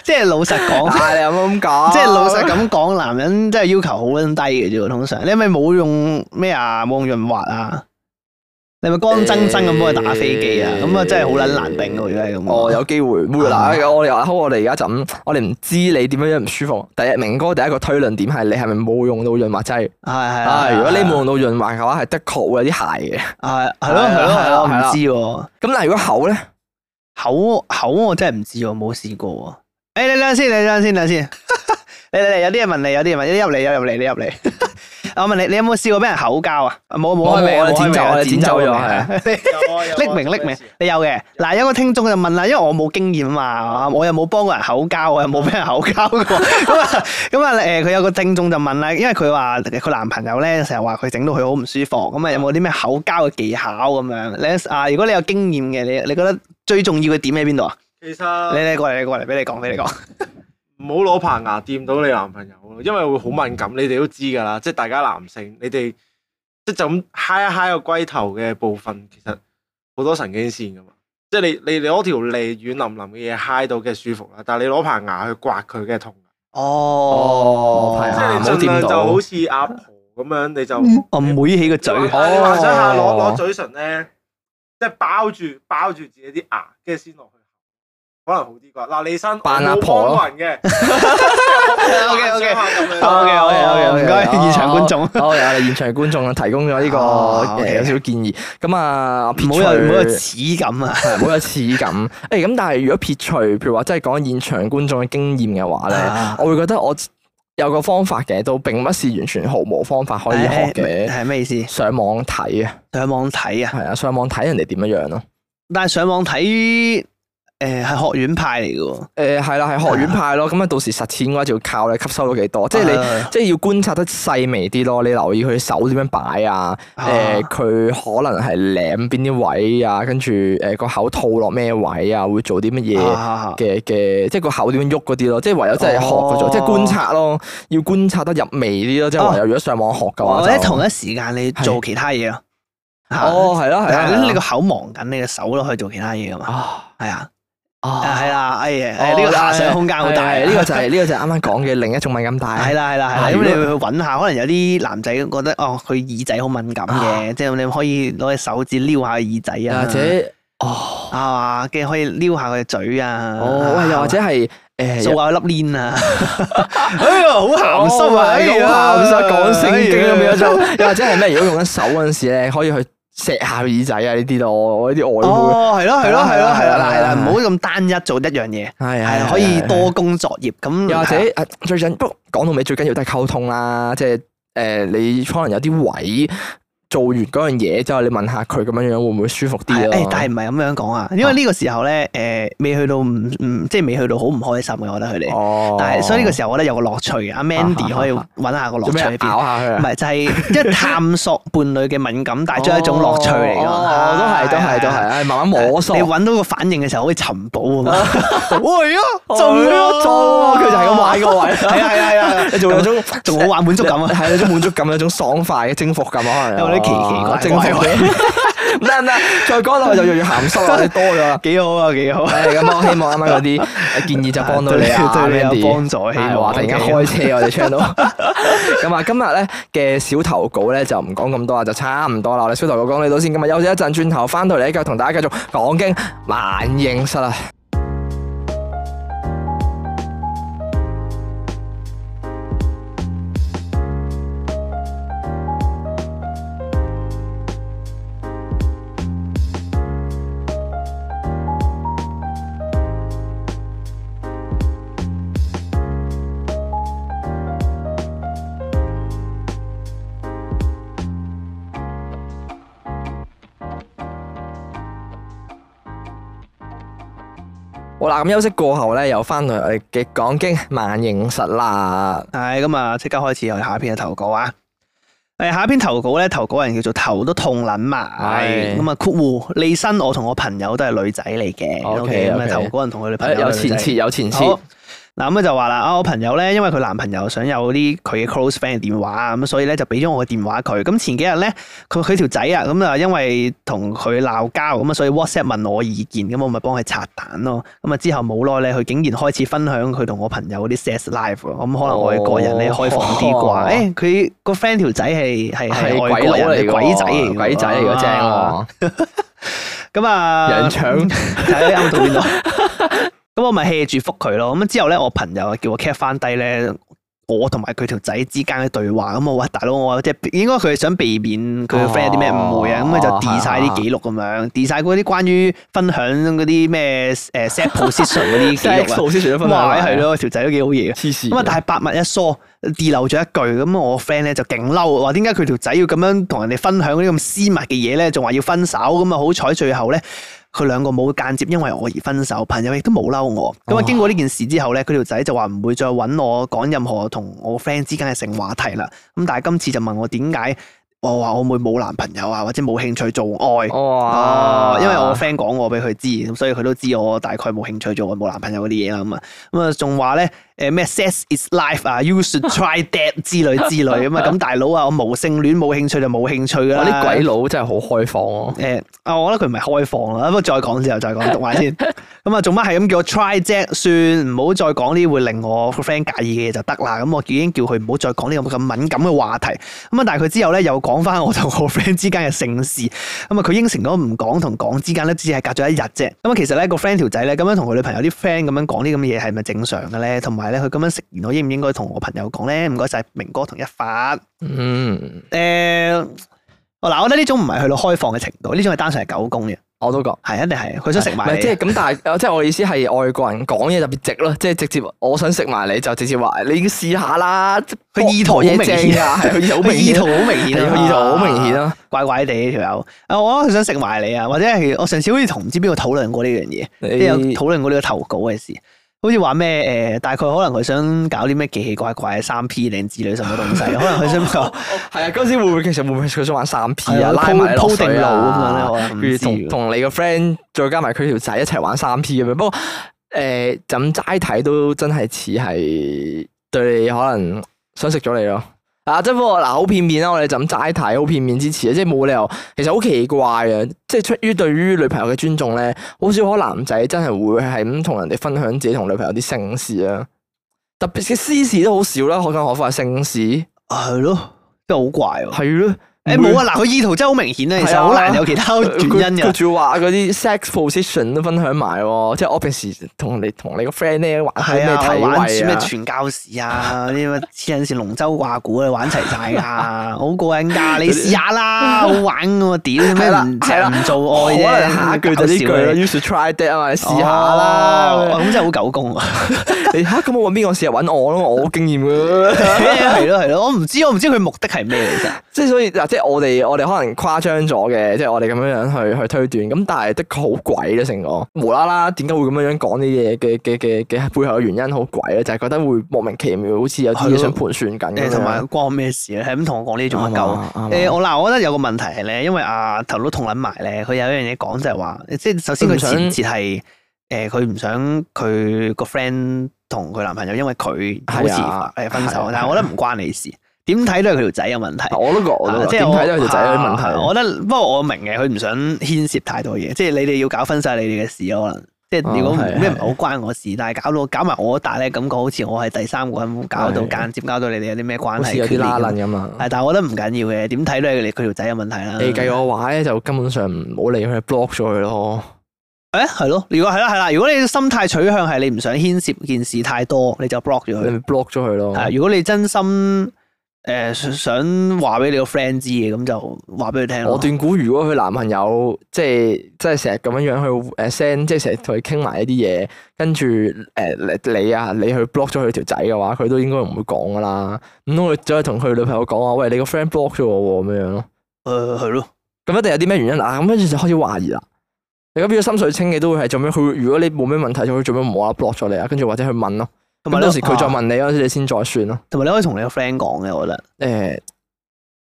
S1: 即係老實講。
S2: 啊？你有冇咁講？
S1: 即係老實咁講，男人真係要求好撚低嘅啫喎，通常你係咪冇用咩啊？冇用潤滑啊？你係咪乾爭爭咁幫佢打飛機啊？
S2: 誒
S1: 咁啊真係好撚難頂喎！如果係咁，
S2: 嗯
S1: 啊
S2: 哦，有機會會啦。我哋好，我哋而家就咁，我哋唔知你點樣樣唔舒服。第一，明哥第一個推論點係你係咪冇用到潤滑劑？
S1: 係係
S2: 啊，
S1: 係
S2: 如果你冇用到潤滑嘅話，係的確會有啲鞋嘅。
S1: 係係咯係咯係
S2: 係
S1: 咯，
S2: 啦
S1: 我唔
S2: 係啊啦
S1: 知喎。
S2: 咁但係如果口咧，
S1: 口口我真係唔知喎，冇試過喎。哎誒，你等陣先，你等陣先，等陣先。 你你你有啲嘢問你，有啲嘢問你，你入嚟，有入嚟，你入嚟。 我問你，你有冇試過俾人口交啊？冇冇開
S2: 冇
S1: 名，
S2: 我哋剪走
S1: 冇開名啊
S2: 我哋剪走咗
S1: 咗係。啊
S3: 啊
S1: 匿名匿名，你有嘅。嗱，有個聽眾就問啦，因為我冇經驗啊嘛，我又冇幫過人口交，我又冇俾人口交 過。咁啊咁啊誒，佢有個聽眾就問啦，因為佢話佢男朋友咧成日話佢整到佢好唔舒服，咁啊有冇啲咩口交嘅技巧咁樣？你啊，如果你有經驗嘅，你你覺得最重要嘅點喺邊度啊？
S3: 其
S1: 你
S3: 實
S1: 你過嚟，你過嚟，俾你講，俾你講。
S3: 唔好攞棚牙掂到你男朋友咯，因為會好敏感，你哋都知㗎啦。即係大家男性，你哋即係就咁揩一揩個龜頭嘅部分，其實好多神經線㗎嘛。即係你你你攞條脷軟腍腍嘅嘢揩到嘅舒服啦，但係你攞棚牙去刮佢嘅痛。
S1: 哦
S2: 係
S3: 即
S2: 啊
S3: 係你
S2: 冇
S3: 盡
S2: 掂
S3: 量
S2: 到
S3: 就好啊似阿婆咁樣，你就
S1: 我妹起個嘴，
S3: 你
S1: 哦
S3: 幻想下攞
S2: 哦
S3: 攞嘴唇咧，即係包住包住自己啲牙，跟住先落去，可能好啲啩。嗱，李生
S2: 扮阿婆咯
S3: 我冇幫過人嘅
S1: OK，OK
S3: 咁
S2: 啊
S3: 樣
S1: OK，OK，OK，唔該現場觀眾
S2: 好，我哋現場觀眾啊提供咗呢個
S1: 哦
S2: 誒
S1: OK
S2: 有少少建議。咁啊，撇
S1: 唔
S2: 除
S1: 好有唔好有恥感啊！
S2: 係冇有恥感。 誒咁，但係如果撇除譬如話，真係講現場觀眾嘅經驗嘅話咧
S1: 啊，
S2: 我會覺得我有個方法嘅，都並不是完全毫無方法可以學嘅。
S1: 係咩意思？
S2: 上網睇啊，
S1: 上網睇啊，
S2: 係啊，上網睇人哋點樣樣咯。
S1: 但係上網睇誒係學院派嚟嘅喎，
S2: 誒係啦，係學院派咯。咁啊，到時實踐嘅話就要靠你吸收到幾多，即係你。
S1: 啊
S2: 即係要觀察得細微啲咯，你留意佢手點樣擺啊，
S1: 啊
S2: 誒佢、可能係舐邊啲位啊，跟住誒個口套落咩位啊，會做啲乜嘢
S1: 啊
S2: 嘅嘅，即係個口點樣喐嗰啲咯，即係唯有真係學嗰種，
S1: 哦
S2: 即係觀察咯，要觀察得入微啲咯，即係唯有如果上網學嘅話就，
S1: 或者同一時間哦你做其他嘢咯。嚇
S2: 哦，係咯係
S1: 但係啊
S2: 啦，
S1: 你個口忙緊，你個手咯去做其他嘢噶嘛？
S2: 啊
S1: 係啊，啊
S2: 啊
S1: 係啦，哎呀，哎呢個下想空間好大，
S2: 哦
S1: 啊
S2: 係呢個就 係呢個就係啱啱講嘅另一種敏感帶，啊
S1: 係啦係啦係啦，
S2: 係
S1: 咁
S2: 如
S1: 你
S2: 果
S1: 去揾下，可能有啲男仔覺得哦，佢耳仔好敏感嘅，即係你可以攞隻手指撩下耳仔
S2: 又
S1: 啊，
S2: 啊或者哦
S1: 啊嘛，跟住可以撩下佢嘴啊，
S2: 哦，喂，又或者係誒
S1: 掃下佢粒鏈啊， 哎呀，好鹹濕啊，
S2: 好
S1: 哎呀
S2: 鹹濕講聖經咁樣
S1: 哎呀
S2: 就，又或者係咩？如果用緊手嗰陣時咧，可以去錫下耳仔啊呢啲咯，我呢啲外會
S1: 哦，係咯係咯係咯係
S2: 係
S1: 啦
S2: 啦
S1: 係啦，
S2: 係
S1: 唔
S2: 啦
S1: 好咁單一做一樣嘢，
S2: 啊係
S1: 係啊可以多工作業咁，啊
S2: 又或者誒最緊不過講到尾最緊要都係溝通啦，即係誒你可能有啲位。做完嗰樣嘢之後，你問下佢咁樣樣會唔會舒服啲啊
S1: 係
S2: 咯
S1: 誒，？但係唔係咁樣講啊，因為呢個時候咧，誒未去到唔唔，即係未去到好唔開心嘅，我覺得佢哋。
S2: 哦，
S1: 但係所以呢個時候，我覺得有個樂趣嘅，阿 Mandy 可以揾下個樂
S2: 做咩
S1: 趣喺邊。
S2: 咬下佢
S1: 唔
S2: 啊？
S1: 係就係即係探索伴侶嘅敏感，但係都係一種樂趣嚟㗎。
S2: 哦都係都係都係，唉，慢慢摸索。
S1: 你揾到個反應嘅時候，好似尋寶咁啊！喂啊，
S2: 中
S1: 中啊
S2: 咯中啊，佢就係咁玩個位，
S1: 係啊係啊係啊，
S2: 你仲有種
S1: 仲好玩滿足 感啊！
S2: 係有種滿足感，有種爽快嘅征服感啊，可能
S1: 有啲奇奇怪
S2: 征服
S1: 怪
S2: 嘅。 唔得唔得，再講落去就越嚟越鹹濕 啦，你多咗啦。
S1: 幾好啊，幾好啊！
S2: 係咁，我希望啱啱嗰啲呃建議就幫到你啊，
S1: 對對你有
S2: Mandy
S1: 幫助希望
S2: 係哇！突然間開車啊我哋 channel。咁 啊，今日咧嘅小投稿咧就唔講咁多啦，就差唔多啦。我哋小投稿講呢度先，咁啊休息一陣，轉頭翻到嚟繼續同大家繼續講經萬應室啊！好啦，咁休息過後咧，又翻到嚟我哋嘅講經萬應室啦。
S1: 係咁啊，即刻開始我哋下一篇嘅投稿啊！誒，下一篇投稿咧，投稿人叫做頭都痛撚埋，
S2: 係
S1: 咁啊，括弧利申我同我朋友都係女仔嚟嘅
S2: OK，
S1: ，OK，咁啊，
S2: OK
S1: 投稿人同佢女朋
S2: 誒
S1: 友
S2: 哎有
S1: 都係女
S2: 前
S1: 仔
S2: 設，有前
S1: 好
S2: 設。
S1: 嗱咁咧就話啦，啊我朋友咧，因為佢男朋友想有啲佢嘅 close friend 嘅電話啊，咁所以咧就俾咗我嘅電話佢。咁前幾日咧，佢佢條仔啊，咁啊因為同佢鬧交，咁啊所以 WhatsApp 問我意見，咁我啊咪幫佢拆彈咯。咁啊之後冇耐咧，佢竟然開始分享佢同我朋友嗰啲 sex life 喎。咁可能外國人咧
S2: 哦
S1: 開放啲
S2: 哦
S1: 啩？誒，佢個 friend 條仔係係係
S2: 係
S1: 外國
S2: 佬
S1: 人
S2: 嚟
S1: 嚟，
S2: 㗎
S1: 鬼仔嚟㗎，
S2: 鬼仔嚟嘅正
S1: 啊
S2: 喎，
S1: 咁啊，
S2: 人搶
S1: 睇啱到邊度。咁我咪 hea 住覆佢咯。咁之後咧，我朋友啊叫我 cap 翻低咧，我同埋佢條仔之間嘅對話。咁我話大佬，我話即係應該佢係想避免佢個 friend 有啲咩誤會啊。
S2: 哦啊
S1: 咁佢就 d 晒
S2: 係
S1: 啲
S2: 係
S1: 記錄咁樣 d 晒嗰啲關於分享嗰啲咩誒 set position 嗰啲記
S2: sex
S1: 錄啊。
S2: 老師除咗分
S1: 哇，
S2: 享，
S1: 係，咯，條仔都幾好嘢嘅。
S2: 黐線嘅。
S1: 咁啊，但係百物一疏 d 漏咗一句，咁我 friend 咧就勁嬲，話點解佢條仔要咁樣同人哋分享呢啲咁私密嘅嘢咧，仲話要分手，咁啊好彩最後咧。佢兩個冇間接因為我而分手，朋友亦都冇嬲我。咁啊，
S2: 哦
S1: 經過呢件事之後咧，佢條仔就話唔會再揾我講任何同我 friend 之間嘅性話題啦。咁但係今次就問我點解我話我會冇男朋友啊，或者冇興趣做愛。
S2: 哇啊
S1: 哦，，因為我 friend 講我俾佢知，咁所以佢都知我大概冇興趣做我冇男朋友嗰啲嘢啦，咁啊，咁啊仲話咧，誒咩 sex is life 啊，you should try that 之類之類咁啊，咁大佬啊，我無性戀冇興趣就冇興趣噶
S2: 哇
S1: 啦，
S2: 啲鬼佬真係好開放喎。
S1: 誒啊，我覺得佢唔係開放啊啦，不過再講之後再講，讀埋先。咁啊，做乜係咁叫我 try 啫？算，唔好再講呢啲會令我個 friend 介意嘅嘢就得啦。咁我已經叫佢唔好再講呢個咁敏感嘅話題。咁啊，但係佢之後咧又講翻我同我 friend 之間嘅性事。咁啊，佢應承咗唔講同講之間咧，只係隔咗一日啫。咁啊，其實咧個 friend 條仔咧咁樣同佢女朋友啲 friend 咁樣講啲咁嘅嘢係咪正常嘅咧？同埋咧佢咁樣食完，我應唔應該同我朋友講咧？唔該晒明哥同一發。
S2: 嗯，
S1: 誒、呃哦嗱，我覺得呢種唔係去到開放嘅程度，呢種係單純係狗公嘅，
S2: 我都覺。
S1: 係一定係佢想食
S2: 唔
S1: 埋
S2: 係
S1: 你
S2: 即係咁，但係呃即係我意思係外國人講嘢特別直咯，即係直接我想食埋你就直接話你試下啦。
S1: 佢意圖好明顯
S2: 啊，係佢意圖好
S1: 佢
S2: 明
S1: 意
S2: 顯，
S1: 圖好明顯
S2: 係
S1: 啊，
S2: 佢意圖好明顯
S1: 啊，
S2: 啊。
S1: 怪怪地呢條友。啊，我覺得佢想食埋你啊，或者係我上次好似同唔知邊個討論過呢樣嘢，
S2: 你
S1: 即係有討論過呢個投稿嘅事。好似話咩誒，呃大概可能佢想搞啲咩奇奇怪怪嘅三 P 定之類什 麼東西，可能佢想搞
S2: 係啊，嗰陣時會唔會其實會唔會佢想玩三 P
S1: 係
S2: 啊，
S1: 啊
S2: 拉
S1: 鋪
S2: 埋落
S1: 鋪定
S2: 水
S1: 路咁樣
S2: 啊
S1: 咧，可能唔
S2: 跟住
S1: 知
S2: 同
S1: 喎
S2: 同你個 friend 再加埋佢條仔一齊玩三 P 咁樣。不過誒，就咁齋睇都真係似係對你可能想食咗你咯。啊，即係不過嗱，好片面啦，我哋就咁齋睇，好片面之詞，啊即係冇理由。其實好奇怪嘅，即係出於對於女朋友嘅尊重咧，好少可男仔真係會係咁同人哋分享自己同女朋友啲性事啊。特別嘅私事都好少啦，何更何況係性事，啊
S1: 啊係咯，真係好怪喎。
S2: 係咯。
S1: 誒
S2: 唔會
S1: 冇啊，嗱，佢意圖真係好明顯啊，其
S2: 係
S1: 實
S2: 啊
S1: 好難有其他原因
S2: 佢
S1: 嘅。
S2: 仲要話嗰啲 sex position 都分享埋喎，即係我平時同你同你個 friend 咧玩開
S1: 係
S2: 咩
S1: 啊，
S2: 體
S1: 玩啲
S2: 位
S1: 咩
S2: 啊，
S1: 傳教士 啊，啲咩黐撚線龍舟掛鼓啊，玩齊晒 㗎，好過癮㗎！你試下啦，好玩㗎喎，屌你咩
S2: 係啦
S1: 唔
S2: 係啦
S1: 唔做
S2: 可
S1: 愛啫？
S2: 能下一句就呢句啦
S1: 搞笑你
S2: ，you should try that 啊嘛，你試下啦。
S1: 哦咁真係好狗公 啊！
S2: 你嚇咁我揾邊個試下揾我咯，我好經驗㗎。
S1: 係咯係咯，我唔知我唔知佢目的係咩嚟啫。
S2: 即係所以嗱，啊即係我哋我哋可能誇張咗嘅，即係我哋咁樣樣去去推斷，咁但係的確好鬼咧，成個無啦啦點解會咁樣樣講呢啲嘢嘅嘅嘅嘅背後嘅原因好鬼咧，就係、覺得會莫名其妙好似有啲嘢想盤算緊咁樣
S1: 誒，同埋關我咩事咧？係咁同我講
S2: 啊
S1: 呢啲做
S2: 哦
S1: 乜鳩？誒、我嗱，我覺得有個問題係咧，因為阿頭都同撚埋咧，佢有一樣嘢講就係話，即係首先
S2: 佢
S1: 佢
S2: 唔想
S1: 前節係誒，佢唔想佢個 friend 同佢男朋友因為佢好似
S2: 係啊
S1: 誒分
S2: 係啊
S1: 手，但係我覺得唔關你事，點睇都係佢條仔有問題。
S2: 我都覺我都
S1: 啊
S2: 覺點睇都係條仔有啲問題。
S1: 啊我覺得不過我明嘅，佢唔想牽涉太多嘢，即係你哋要搞分晒你哋嘅事可能。即係如果
S2: 哦
S1: 唔
S2: 係
S1: 咩唔係好關我事，但係搞到搞埋我大咧，感覺好似我係第三個人，搞到
S2: 係
S1: 間接搞到你哋有啲咩關
S2: 好
S1: 係
S2: 似有
S1: 決
S2: 啲
S1: 裂
S2: 拉
S1: 咁
S2: 楞咁啊！
S1: 係，但係我覺得唔緊要嘅，點睇都係你佢條仔有問題啦。
S2: 你計我話咧，就根本上唔好理佢，block 咗佢咯。
S1: 誒係咯，如果係啦係啦，如果你心態取向係你唔想牽涉件事太多，你就 block 咗
S2: 你
S1: 佢。啊
S2: 咪 block 咗佢咯。
S1: 係，如果你真心誒、想想話俾你個 friend 知嘅，咁就話俾佢聽咯。
S2: 我斷估，如果佢男朋友即係即係成日咁樣樣去誒 send，即係成日同佢傾埋一啲嘢，跟住誒你啊，你去 block 咗佢條仔嘅話，佢都應該唔會講噶啦。唔通佢走去同佢女朋友講話，喂，你個 friend block 咗我喎咁樣樣咯。
S1: 誒係咯，
S2: 咁一定有啲咩原因啊？咁跟住就開始懷疑啦。你咁變咗心水清嘅都會係做咩？佢如果你冇咩問題，就會做咩無啦啦 block 咗你啊？跟住或者去問咯。
S1: 同
S2: 咁
S1: 埋
S2: 到
S1: 咧
S2: 時佢再
S1: 啊
S2: 問你嗰陣時，你先再算咯。
S1: 同埋你可以同你個 friend 講嘅，我覺得。
S2: 誒、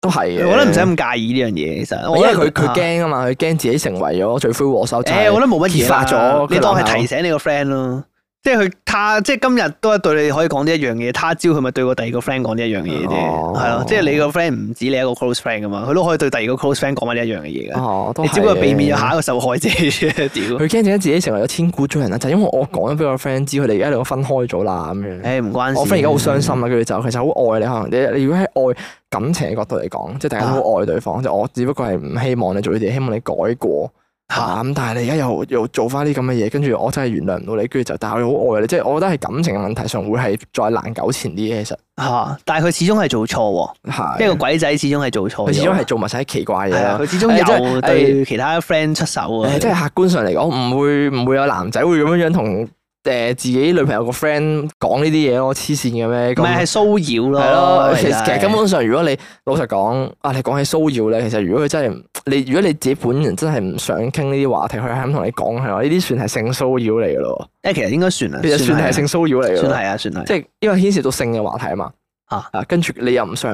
S2: 都係嘅。
S1: 我覺得唔使咁介意呢樣嘢，其實。
S2: 因
S1: 我
S2: 為
S1: 覺
S2: 佢
S1: 得
S2: 佢
S1: 啊
S2: 驚啊嘛，佢驚自己成為咗罪魁禍首。就係
S1: 誒，我覺得冇乜嘢
S2: 揭發
S1: 啦
S2: 咗
S1: 你
S2: 佢
S1: 當
S2: 男朋
S1: 係
S2: 友
S1: 提醒你個 friend 咯。即係佢他，即係今日都係對你可以講呢一樣嘢，他朝佢咪對個第二個 friend 講呢一樣嘢啫，
S2: 哦
S1: 係咯、即係你個 friend 唔止你一個 close friend 噶嘛，佢都可以對第二個 close friend 講埋呢一樣嘅嘢嘅。
S2: 哦，啊都
S1: 你只不過避免有下
S2: 下。
S1: 一個受害者啫，屌！
S2: 佢驚自己自己成為咗千古罪人啦，就係因為我講咗俾我 friend 知，佢哋而家兩個分開咗啦咁樣。
S1: 誒唔關事。
S2: 我 friend 而家好傷心啦，啊跟住就其實好愛你，可能你你如果喺愛感情嘅角度嚟講，即係大家都好愛對
S1: 啊
S2: 方，就我只不過係唔希望你做呢啲嘢，希望你改過嚇咁。但係你而家又又做翻啲咁嘅嘢，跟住我真係原諒唔到你，跟住就但係我好愛你，即係我覺得係感情嘅問題上會係再難糾纏啲嘅，其實
S1: 嚇，但係佢始終係做錯喎，
S2: 係啊
S1: 即係個鬼仔始終係做錯咗。
S2: 佢始終係做埋晒啲奇怪嘢
S1: 係啊
S2: 啦。
S1: 佢始
S2: 誒
S1: 終
S2: 真
S1: 有
S2: 係
S1: 對其他 friend 出手啊
S2: 誒，。即係客觀上嚟講，唔會唔會有男仔會咁樣樣同誒自己女朋友個 friend 講呢啲嘢咯，黐線嘅咩？
S1: 唔係係
S2: 咁
S1: 騷擾咯，
S2: 係咯，其實其實
S1: 實
S2: 根本上，如果你老實講，啊，你講起騷擾咧，其實如果佢真係你，如果你自己本人真係唔想傾呢啲話題，佢係咁同你講係話，呢啲算係性騷擾嚟嘅咯，
S1: 誒其實應該算啦，
S2: 其實啊算係性騷擾嚟嘅
S1: 算
S2: 咯，
S1: 係啊，算係
S2: 即係因為牽涉到性嘅話題啊嘛，
S1: 啊
S2: 跟住你又唔想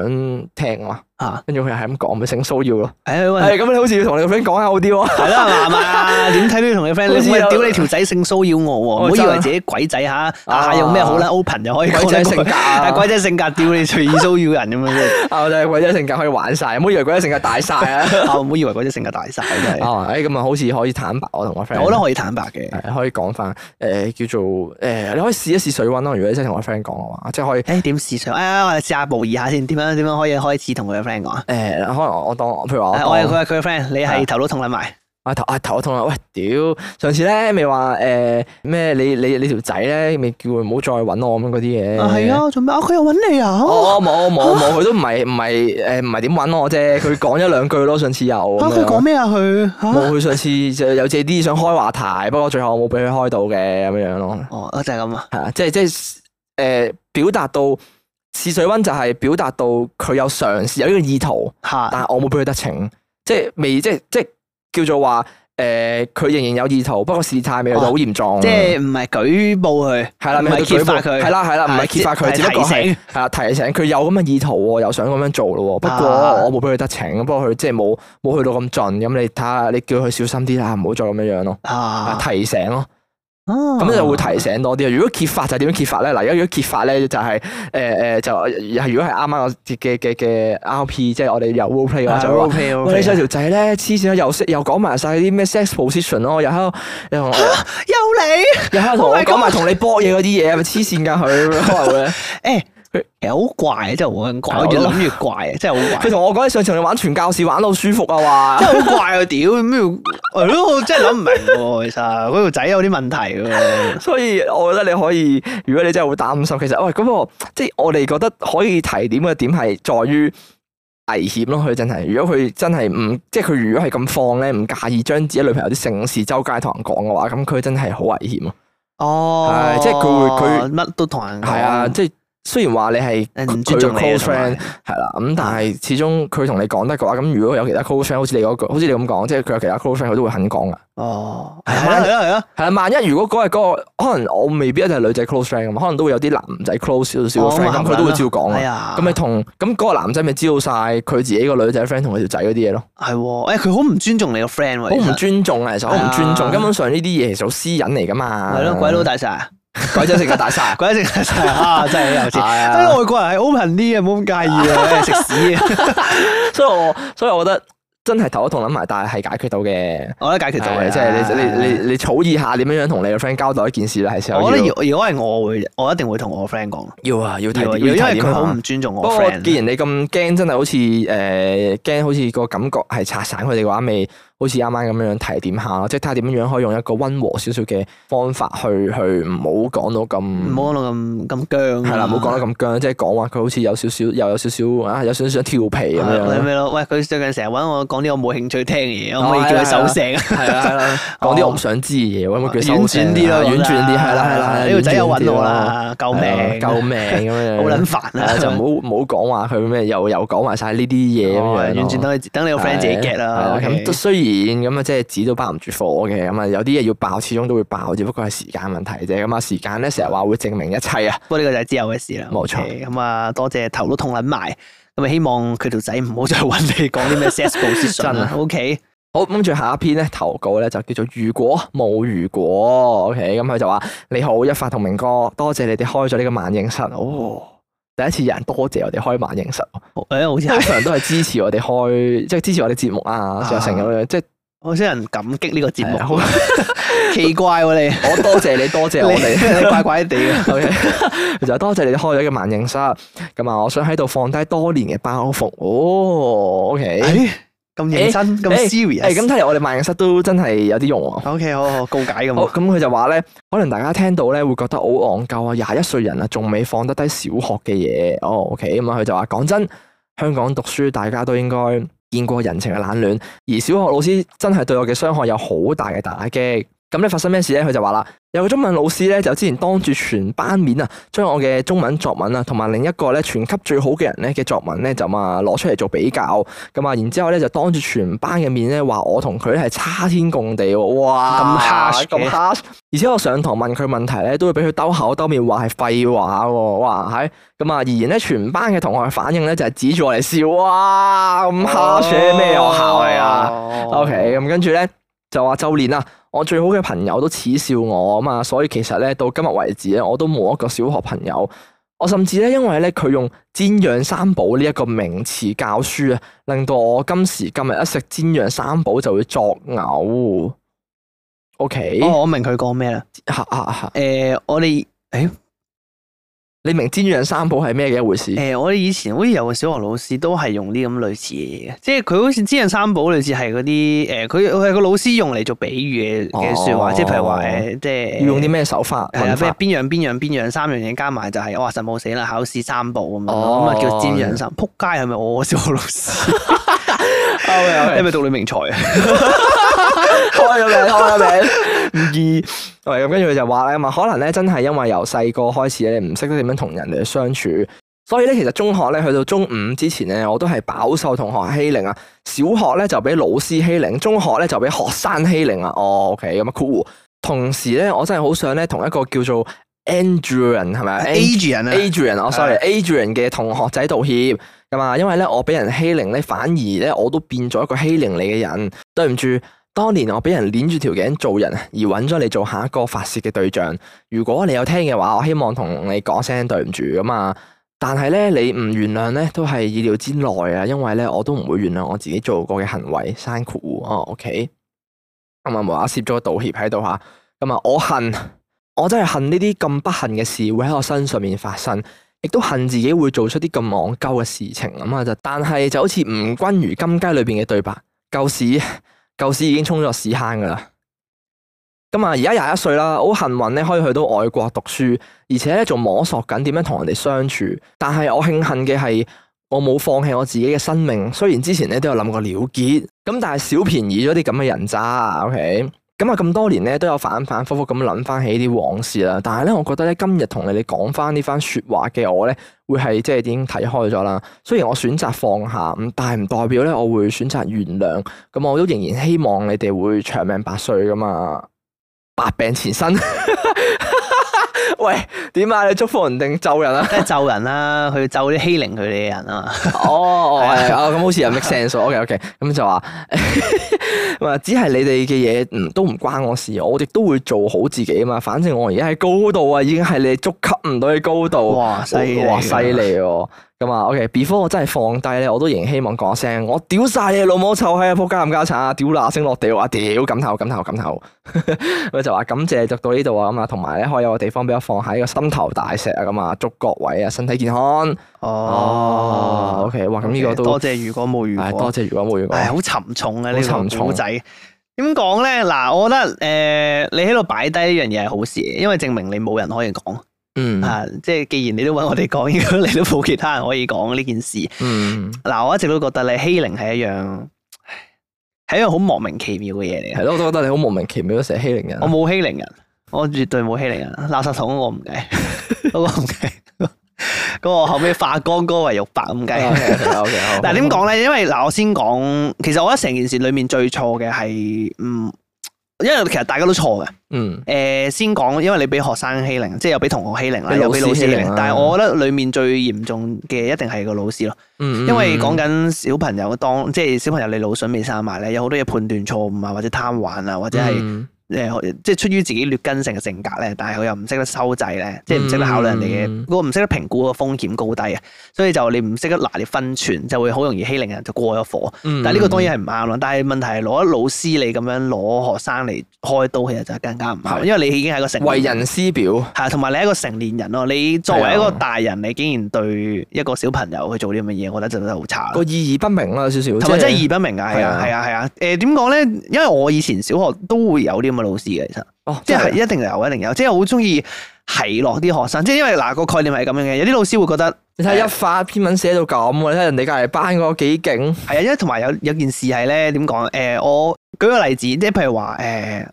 S2: 聽啊嘛，
S1: 啊，
S2: 跟住佢又係咁講，咪性騷擾咯，
S1: 誒哎喂。
S2: 係咁，你好似要同你個 friend 講下好啲喎。
S1: 係啦，係嘛？點睇都要同你 friend，
S2: 好似
S1: 你喂
S2: 有
S1: 屌你條仔性騷擾我喎，唔好
S2: 我真
S1: 以
S2: 係啊
S1: 為自己鬼仔吓，下下有咩好啦，open 就可以講
S2: 鬼仔
S1: 得過
S2: 性格啊
S1: 但係鬼仔性格屌你隨意騷擾人咁 樣啫，
S2: 啊！我哋鬼仔性格可以玩晒，唔好以為鬼仔性格大晒 啊！
S1: 啊唔好以為鬼仔性格大晒真係。
S2: 啊，哎咁啊，好似可以坦白，我同我 friend，
S1: 我覺得可以坦白嘅，
S2: 係呃可以講翻，誒叫做誒，你可以試一試水温咯。如果你真係同我 friend 講嘅話，即係可以
S1: 誒點試想？誒我哋試下模擬下先，點樣點樣可以開始同佢嘅 friend 講啊？
S2: 誒，呃可能我當譬如話
S1: 誒
S2: 我
S1: 我係
S2: 當
S1: 佢係佢嘅 friend，你係
S2: 哦啊
S1: 頭都痛撚埋，
S2: 啊頭啊頭痛啦，喂屌！上次咧咪話誒咩？你你你條仔咧咪叫佢唔好再揾我咁樣嗰啲嘢。
S1: 啊係。啊，做咩啊？佢又揾你啊？
S2: 我冇冇冇，佢都唔係唔係誒唔係點揾我啫，佢講一兩句咯。上次又咁
S1: 啊佢
S2: 樣
S1: 講咩啊？佢
S2: 冇，
S1: 嚇
S2: 佢上次就有借啲想開話題，不過最後我冇俾佢開到嘅咁樣樣咯。
S1: 哦就係咁啊，
S2: 係啊，即係即係誒、呃表達到試水温就係表達到佢有嘗試有呢個意圖，
S1: 嚇
S2: 但係我冇俾佢得逞，即係未即係即係叫做話誒，佢、仍然有意圖，不過事態未去到好嚴重，
S1: 哦即係唔係舉報佢，
S2: 係啦，
S1: 唔
S2: 未去
S1: 係
S2: 到
S1: 揭
S2: 舉
S1: 發
S2: 報
S1: 佢，
S2: 係啦係啦，唔係揭發佢，只不過係
S1: 提醒
S2: 係啦啊提醒佢有咁嘅意圖喎，又想咁樣做咯喎，不過
S1: 啊
S2: 我冇俾佢得逞，不過佢即係冇冇去到咁盡，咁你睇下你叫佢小心啲啦，唔好再咁樣樣咯，
S1: 啊。
S2: 提醒咯。
S1: 咁
S2: 咁就會提醒多啲。啊如果揭發就點樣揭發咧？嗱，如果揭發咧就係誒誒就係如果係啱啱我嘅嘅嘅 RP，即係我哋有 role play 嘅
S1: 啊
S2: 話就會話。喂，你細條仔咧，黐線又識又講埋晒啲咩 sex position 咯，又喺度 又同我
S1: 又 你，
S2: 又喺度同我
S1: Oh my
S2: 講埋同你搏嘢嗰啲嘢，咪黐線㗎佢可能 會呢。
S1: 誒，其實好怪，真係好撚怪，
S2: 係
S1: 我越
S2: 我
S1: 諗越怪，啊真係好
S2: 佢
S1: 怪，
S2: 同我講你上次同你玩傳教士玩到好舒服啊，話
S1: 真係好怪啊！屌，咩係咯？我真係諗唔明喎，其實嗰條仔有啲問題 喎。
S2: 所以我覺得你可以，如果你真係好擔心，其實喂咁我即係我哋覺得可以提點嘅點係在於危險咯。佢真係，如果佢真係唔即係佢如果係咁放咧，唔介意將自己女朋友啲性事周街同人講嘅話，咁佢真係好危險咯。
S1: 哦
S2: 係即係佢會佢
S1: 乜都同人講
S2: 係啊，即係雖然話你係
S1: 誒
S2: 佢
S1: 嗯唔尊重
S2: 嘅
S1: 你啊
S2: close friend 係啦，咁但係始終佢同你講得嘅話，咁如果有其他 close friend，好似你嗰句，好似你咁講，即係佢有其他 close friend，佢都會肯講噶。
S1: 哦，
S2: 係啊
S1: 係啦係啦係啦，
S2: 係啦，萬一如果嗰日嗰個可能我未必一定係女仔 close friend 咁，可能都會有啲男仔 close 少少
S1: 哦
S2: 嘅 friend，咁佢都會照講
S1: 係
S2: 啊。
S1: 啊，
S2: 咁咪同咁嗰個男仔咪知道晒佢自己個女仔 friend 同佢條仔嗰啲嘢咯，
S1: 係喎，誒佢好唔尊重你個 friend
S2: 好唔
S1: 喎，哦其實
S2: 尊重啊，其實好唔尊
S1: 係啊
S2: 重，根本上呢啲嘢其實好私隱嚟噶嘛。
S1: 係咯，鬼佬大晒啊，
S2: 鬼仔食嘅大晒 啊。
S1: 鬼佬大晒啊，真係有錢。
S2: 係啊
S1: 但係外國人係 open 啲嘅，冇咁 介意啊，食屎啊，
S2: 所以我所以我覺得真係頭一痛諗埋，但係係解決到嘅，
S1: 我覺得解決到
S2: 係
S1: 嘅，
S2: 即係你你你你草擬下點樣樣同你個 friend 交代一件事啦，係時候
S1: 我覺得
S2: 要
S1: 如如果係我會，我一定會同我 friend 講，
S2: 要啊要提
S1: 要啊
S2: 點
S1: 因為
S2: 要提點
S1: 佢
S2: 啊
S1: 好唔尊重
S2: 不
S1: 我
S2: 過
S1: friend。
S2: 既然你咁驚，真係好似誒驚，好似個感覺係拆散佢哋嘅話，咪好似啱啱咁樣提點下咯，即係睇下點樣樣可以用一個温和少少嘅方法去去唔好講到
S1: 唔
S2: 咁。
S1: 好講到咁咁僵啊。
S2: 係啦，唔好講得咁僵，即係講話佢好似有少少，又有少少啊，有少少想調皮咁
S1: 係
S2: 樣。
S1: 咪咩咯？喂，佢最近成日揾我講啲我冇興趣聽嘅嘢，可唔可以叫佢收聲啊？
S2: 係啦係 啦，講啲我唔想知嘅嘢，咁佢
S1: 哦
S2: 啊
S1: 婉轉啲咯，
S2: 婉轉啲係啦係啦，
S1: 呢個仔又
S2: 婉轉啲
S1: 揾我
S2: 咯，
S1: 啦，救
S2: 係
S1: 命，
S2: 啊救命咁樣，
S1: 好撚煩
S2: 係啊！
S1: 啊！
S2: 就唔好唔好講話佢咩，又又講埋晒呢啲嘢咁樣咯，
S1: 完全等佢等你個 friend 自己 get
S2: 係啊
S1: 啦。
S2: 咁
S1: OK
S2: 都雖然咁啊，即係紙都包唔住火嘅，咁啊有啲嘢要爆，始終都會爆，只不過係時間問題啫。咁啊，時間咧成日話會證明一切啊。
S1: 不過呢個就係之後嘅事啦。
S2: 冇錯
S1: OK，咁啊，多謝頭都痛撚埋。咁啊，希望佢條仔唔好再揾你講啲咩 sex b u l
S2: 真啊
S1: O K，
S2: 好，咁跟住下一篇咧投稿咧就叫做如果冇如果，OK，咁佢就話你好一發同明哥，多謝你哋開咗呢個萬應室哦。第一次有人多謝我哋開萬應室，
S1: 誒，好似
S2: 通
S1: 係
S2: 常都係支持我哋開，即係支持我哋節目啊，仲有成咁樣，即係
S1: 好少人感激呢個節
S2: 係啊好
S1: 目， 奇怪喎你。
S2: 我多謝你，多謝我哋，
S1: 你怪怪地 啊嘅。
S2: OK，其 實多謝你哋開咗嘅萬應室，咁啊，我想喺度放低多年嘅包袱。哦，OK，誒
S1: 誒哎咁認真
S2: 誒
S1: 咁
S2: 咁
S1: serious。
S2: 睇嚟我哋萬應室都真係有啲用喎。
S1: O K，好好告解咁
S2: 好，
S1: 啊。
S2: 咁佢就話咧，可能大家聽到咧會覺得好戇鳩啊，廿一歲人啊，仲未放得低小學嘅嘢。哦，OK，咁啊，佢就話講真，香港讀書大家都應該見過人情嘅冷暖，而小學老師真係對我嘅傷害有好大嘅打擊。咁咧發生咩事咧？佢就話啦，有個中文老師咧，就之前當住全班面啊，將我嘅中文作文啊，同埋另一個咧全級最好嘅人咧嘅作文咧，就嘛攞出嚟做比較，咁啊，然之後咧就當住全班嘅面咧話我同佢係差天共地喎，哇！
S1: 咁 harsh 嘅
S2: 咁啊 harsh，而且我上堂問佢問題咧，都會俾佢兜口兜面話係廢話喎，哇！係咁啊，而然咧全班嘅同學嘅反應咧就係指住我嚟笑，哇！咁 harsh 嘅咩學校嚟啊？O
S1: 哦
S2: K，咁跟住咧就話就連啊，我最好嘅朋友都恥笑我啊嘛，所以其實咧到今日為止咧，我都冇一個小學朋友。我甚至咧，因為咧佢用煎釀三寶呢一個名詞教書啊，令到我今時今日一食煎釀三寶就會作嘔。O K，
S1: 哦，我明佢講咩啦。
S2: 嚇嚇嚇！
S1: 誒，我哋
S2: 你明煎釀三寶係咩嘅一回事？
S1: 誒，呃我哋以前好似有個小學老師都係用啲咁類似嘅嘢嘅，即係佢好似知人三寶類似係嗰啲誒，呃佢佢係個老師用嚟做比喻嘅嘅説話，
S2: 哦
S1: 即係譬如話誒，即係
S2: 要用啲咩手法？
S1: 係
S2: 文
S1: 啊，
S2: 法
S1: 咩邊樣邊樣邊樣三樣嘢加埋就係哇實冇死啦，考試三寶咁樣咯，
S2: 哦
S1: 咁啊叫煎釀三，撲街係咪我小學老 師？
S2: OK，OK
S1: 你係咪讀你名才 啊？
S2: 開 咗名，開咗名，唔易。喂，咁跟住佢就話咧嘛，可能咧真係因為由細個開始咧，你唔識得點樣同人哋相處，所以咧其實中學咧去到中五之前咧，我都係飽受同學欺凌啊。小學咧就俾老師欺凌，中學咧就俾學生欺凌啊。哦，OK，咁啊酷。同時咧，我真係好想咧同一個叫做 Adrian 係咪
S1: Adrian 啊
S2: Adrian，我 sorry，Adrian 嘅同學仔道歉咁啊，因為咧我俾人欺凌咧，反而咧我都變咗一個欺凌你嘅人，對唔住。當年我俾人鏈住條頸做人，而揾咗你做下一個發泄嘅對象。如果你有聽嘅話，我希望同你講聲對唔住咁啊。但係咧，你唔原諒咧，都係意料之內啊。因為咧，我都唔會原諒我自己做過嘅行為。山括弧哦，OK。咁啊，無啦啦攝咗個道歉喺度吓。咁啊，我恨，我真係恨呢啲咁不幸嘅事會喺我身上面發生，亦都恨自己會做出啲咁戇鳩嘅事情咁啊。就但係就好似吳君如金雞裏邊嘅對白，舊屎。 舊屎已經衝咗屎坑噶啦。咁啊，而家廿一歲啦，好幸運咧，可以去到外國讀書，而且咧仲摸索緊點樣同人哋相處。但係我慶幸嘅係，我冇放棄我自己嘅生命。雖然之前咧都有諗過了結，咁但係小便宜咗啲咁嘅人渣。OK，咁啊咁多年咧都有反反覆覆咁諗翻起啲往事啦，但係咧我覺得咧今日同你哋講翻呢番説話嘅我咧，會係即係已經睇開咗啦。雖然我選擇放下，咁但係唔代表咧我會選擇原諒。咁我都仍然希望你哋會長命百歲噶嘛，百病纏身。 喂，點啊？你祝福人定咒人啊？
S1: 梗係咒人啦，去咒啲欺凌佢哋嘅人啊嘛。
S2: 哦，
S1: 係啊
S2: 係啊，咁好似又 make sense 喎。OK OK，咁就話， 咁啊，只係你哋嘅嘢，嗯，都唔關我事，我亦都會做好自己啊嘛。反正我而家喺高度啊，已經係你哋觸及唔到嘅高度。
S1: 哇，犀利！
S2: 哇，犀！利啊喎！咁啊，OK，before 我真係放低咧，我都仍然希望講聲，我屌晒你老母臭閪啊！仆街冚家鏟啊！屌嗱聲落地話，屌咁頭咁頭咁頭， 佢就話感謝讀到呢度啊咁啊，同埋咧可以有個地方俾我放下呢個心頭大石啊咁啊，祝各位啊身體健康。哦
S1: 哦，
S2: ，OK，哇，咁呢個都
S1: 多謝如果冇如
S2: 唉
S1: 果
S2: 多。謝如果冇如果
S1: 唉，，好沉重啊！
S2: 好
S1: 呢
S2: 沉
S1: 個
S2: 重
S1: 古仔點講咧？嗱，我覺得诶，你喺度擺低呢樣嘢係好事，因為證明你冇人可以講
S2: 嗯
S1: 啊。即係既然你都揾我哋講， 應該你都冇其他人可以講呢件事。
S2: 嗯，
S1: 嗱，我一直都覺得咧，欺凌係一樣係一樣好莫名其妙嘅嘢嚟嘅
S2: 係。咯，我都覺得你好莫名其妙成日欺凌人
S1: 我。冇欺凌人，我絕對冇欺凌人。垃圾桶嗰個唔計，嗰個唔計，嗰個後尾化光嗰個為肉白唔
S2: 哦
S1: 計。
S2: 啊 OK，好。
S1: 嗱點講咧？因為嗱，我先講，其實我覺得成件事裡面最錯嘅係嗯。因為其實大家都錯嘅，誒、
S2: 嗯
S1: 先講，因為你俾學生欺凌，即係又俾同學欺凌啦，
S2: 俾
S1: 又俾
S2: 老
S1: 老
S2: 師欺
S1: 師欺
S2: 凌啦
S1: 凌，但係我覺得裡面最嚴重嘅一定係個老師咯，
S2: 嗯，
S1: 因為講緊小朋友當即係小朋友你腦囟未生埋咧，有好多嘢判斷錯誤啊，或者貪玩啊，或者係。
S2: 嗯
S1: 誒，呃即係出於自己劣根性嘅性格咧，但係佢又唔識得收制咧，即係唔識得考慮人哋
S2: 嗯
S1: 嘅，嗰個唔識得評估個風險高低啊，所以就你唔識得拿捏分寸，就會好容易欺凌人，就過咗火。
S2: 嗯
S1: 但係呢個當然係唔啱啦，但係問題係攞老師你咁樣攞學生嚟開刀，其實就更加唔
S2: 係
S1: 啱，因為你已經係個成年
S2: 為人師表。
S1: 係啊同埋你係一個成年人咯，你作為一
S2: 係
S1: 個
S2: 啊
S1: 大人，你竟然對一個小朋友去做啲咁嘅嘢，我覺得真係好差啦
S2: 個意義不明啦，有少少，
S1: 同埋真係
S2: 義
S1: 義不明啊，係啊，
S2: 係
S1: 係啊，係啊。誒點講咧？因為我以前小學都會有啲咁嘅老師嘅，其實。
S2: 哦，
S1: 即
S2: 即
S1: 係
S2: 係
S1: 一定有，一定有，即係好中意奚落啲學生，即係因為嗱個概念係咁樣嘅，有啲老師會覺得
S2: 你睇一發篇文寫到咁，你睇人哋隔離班嗰個幾勁，
S1: 係啊，因為同埋有有件事係咧點講？誒、我舉個例子，即係譬如話誒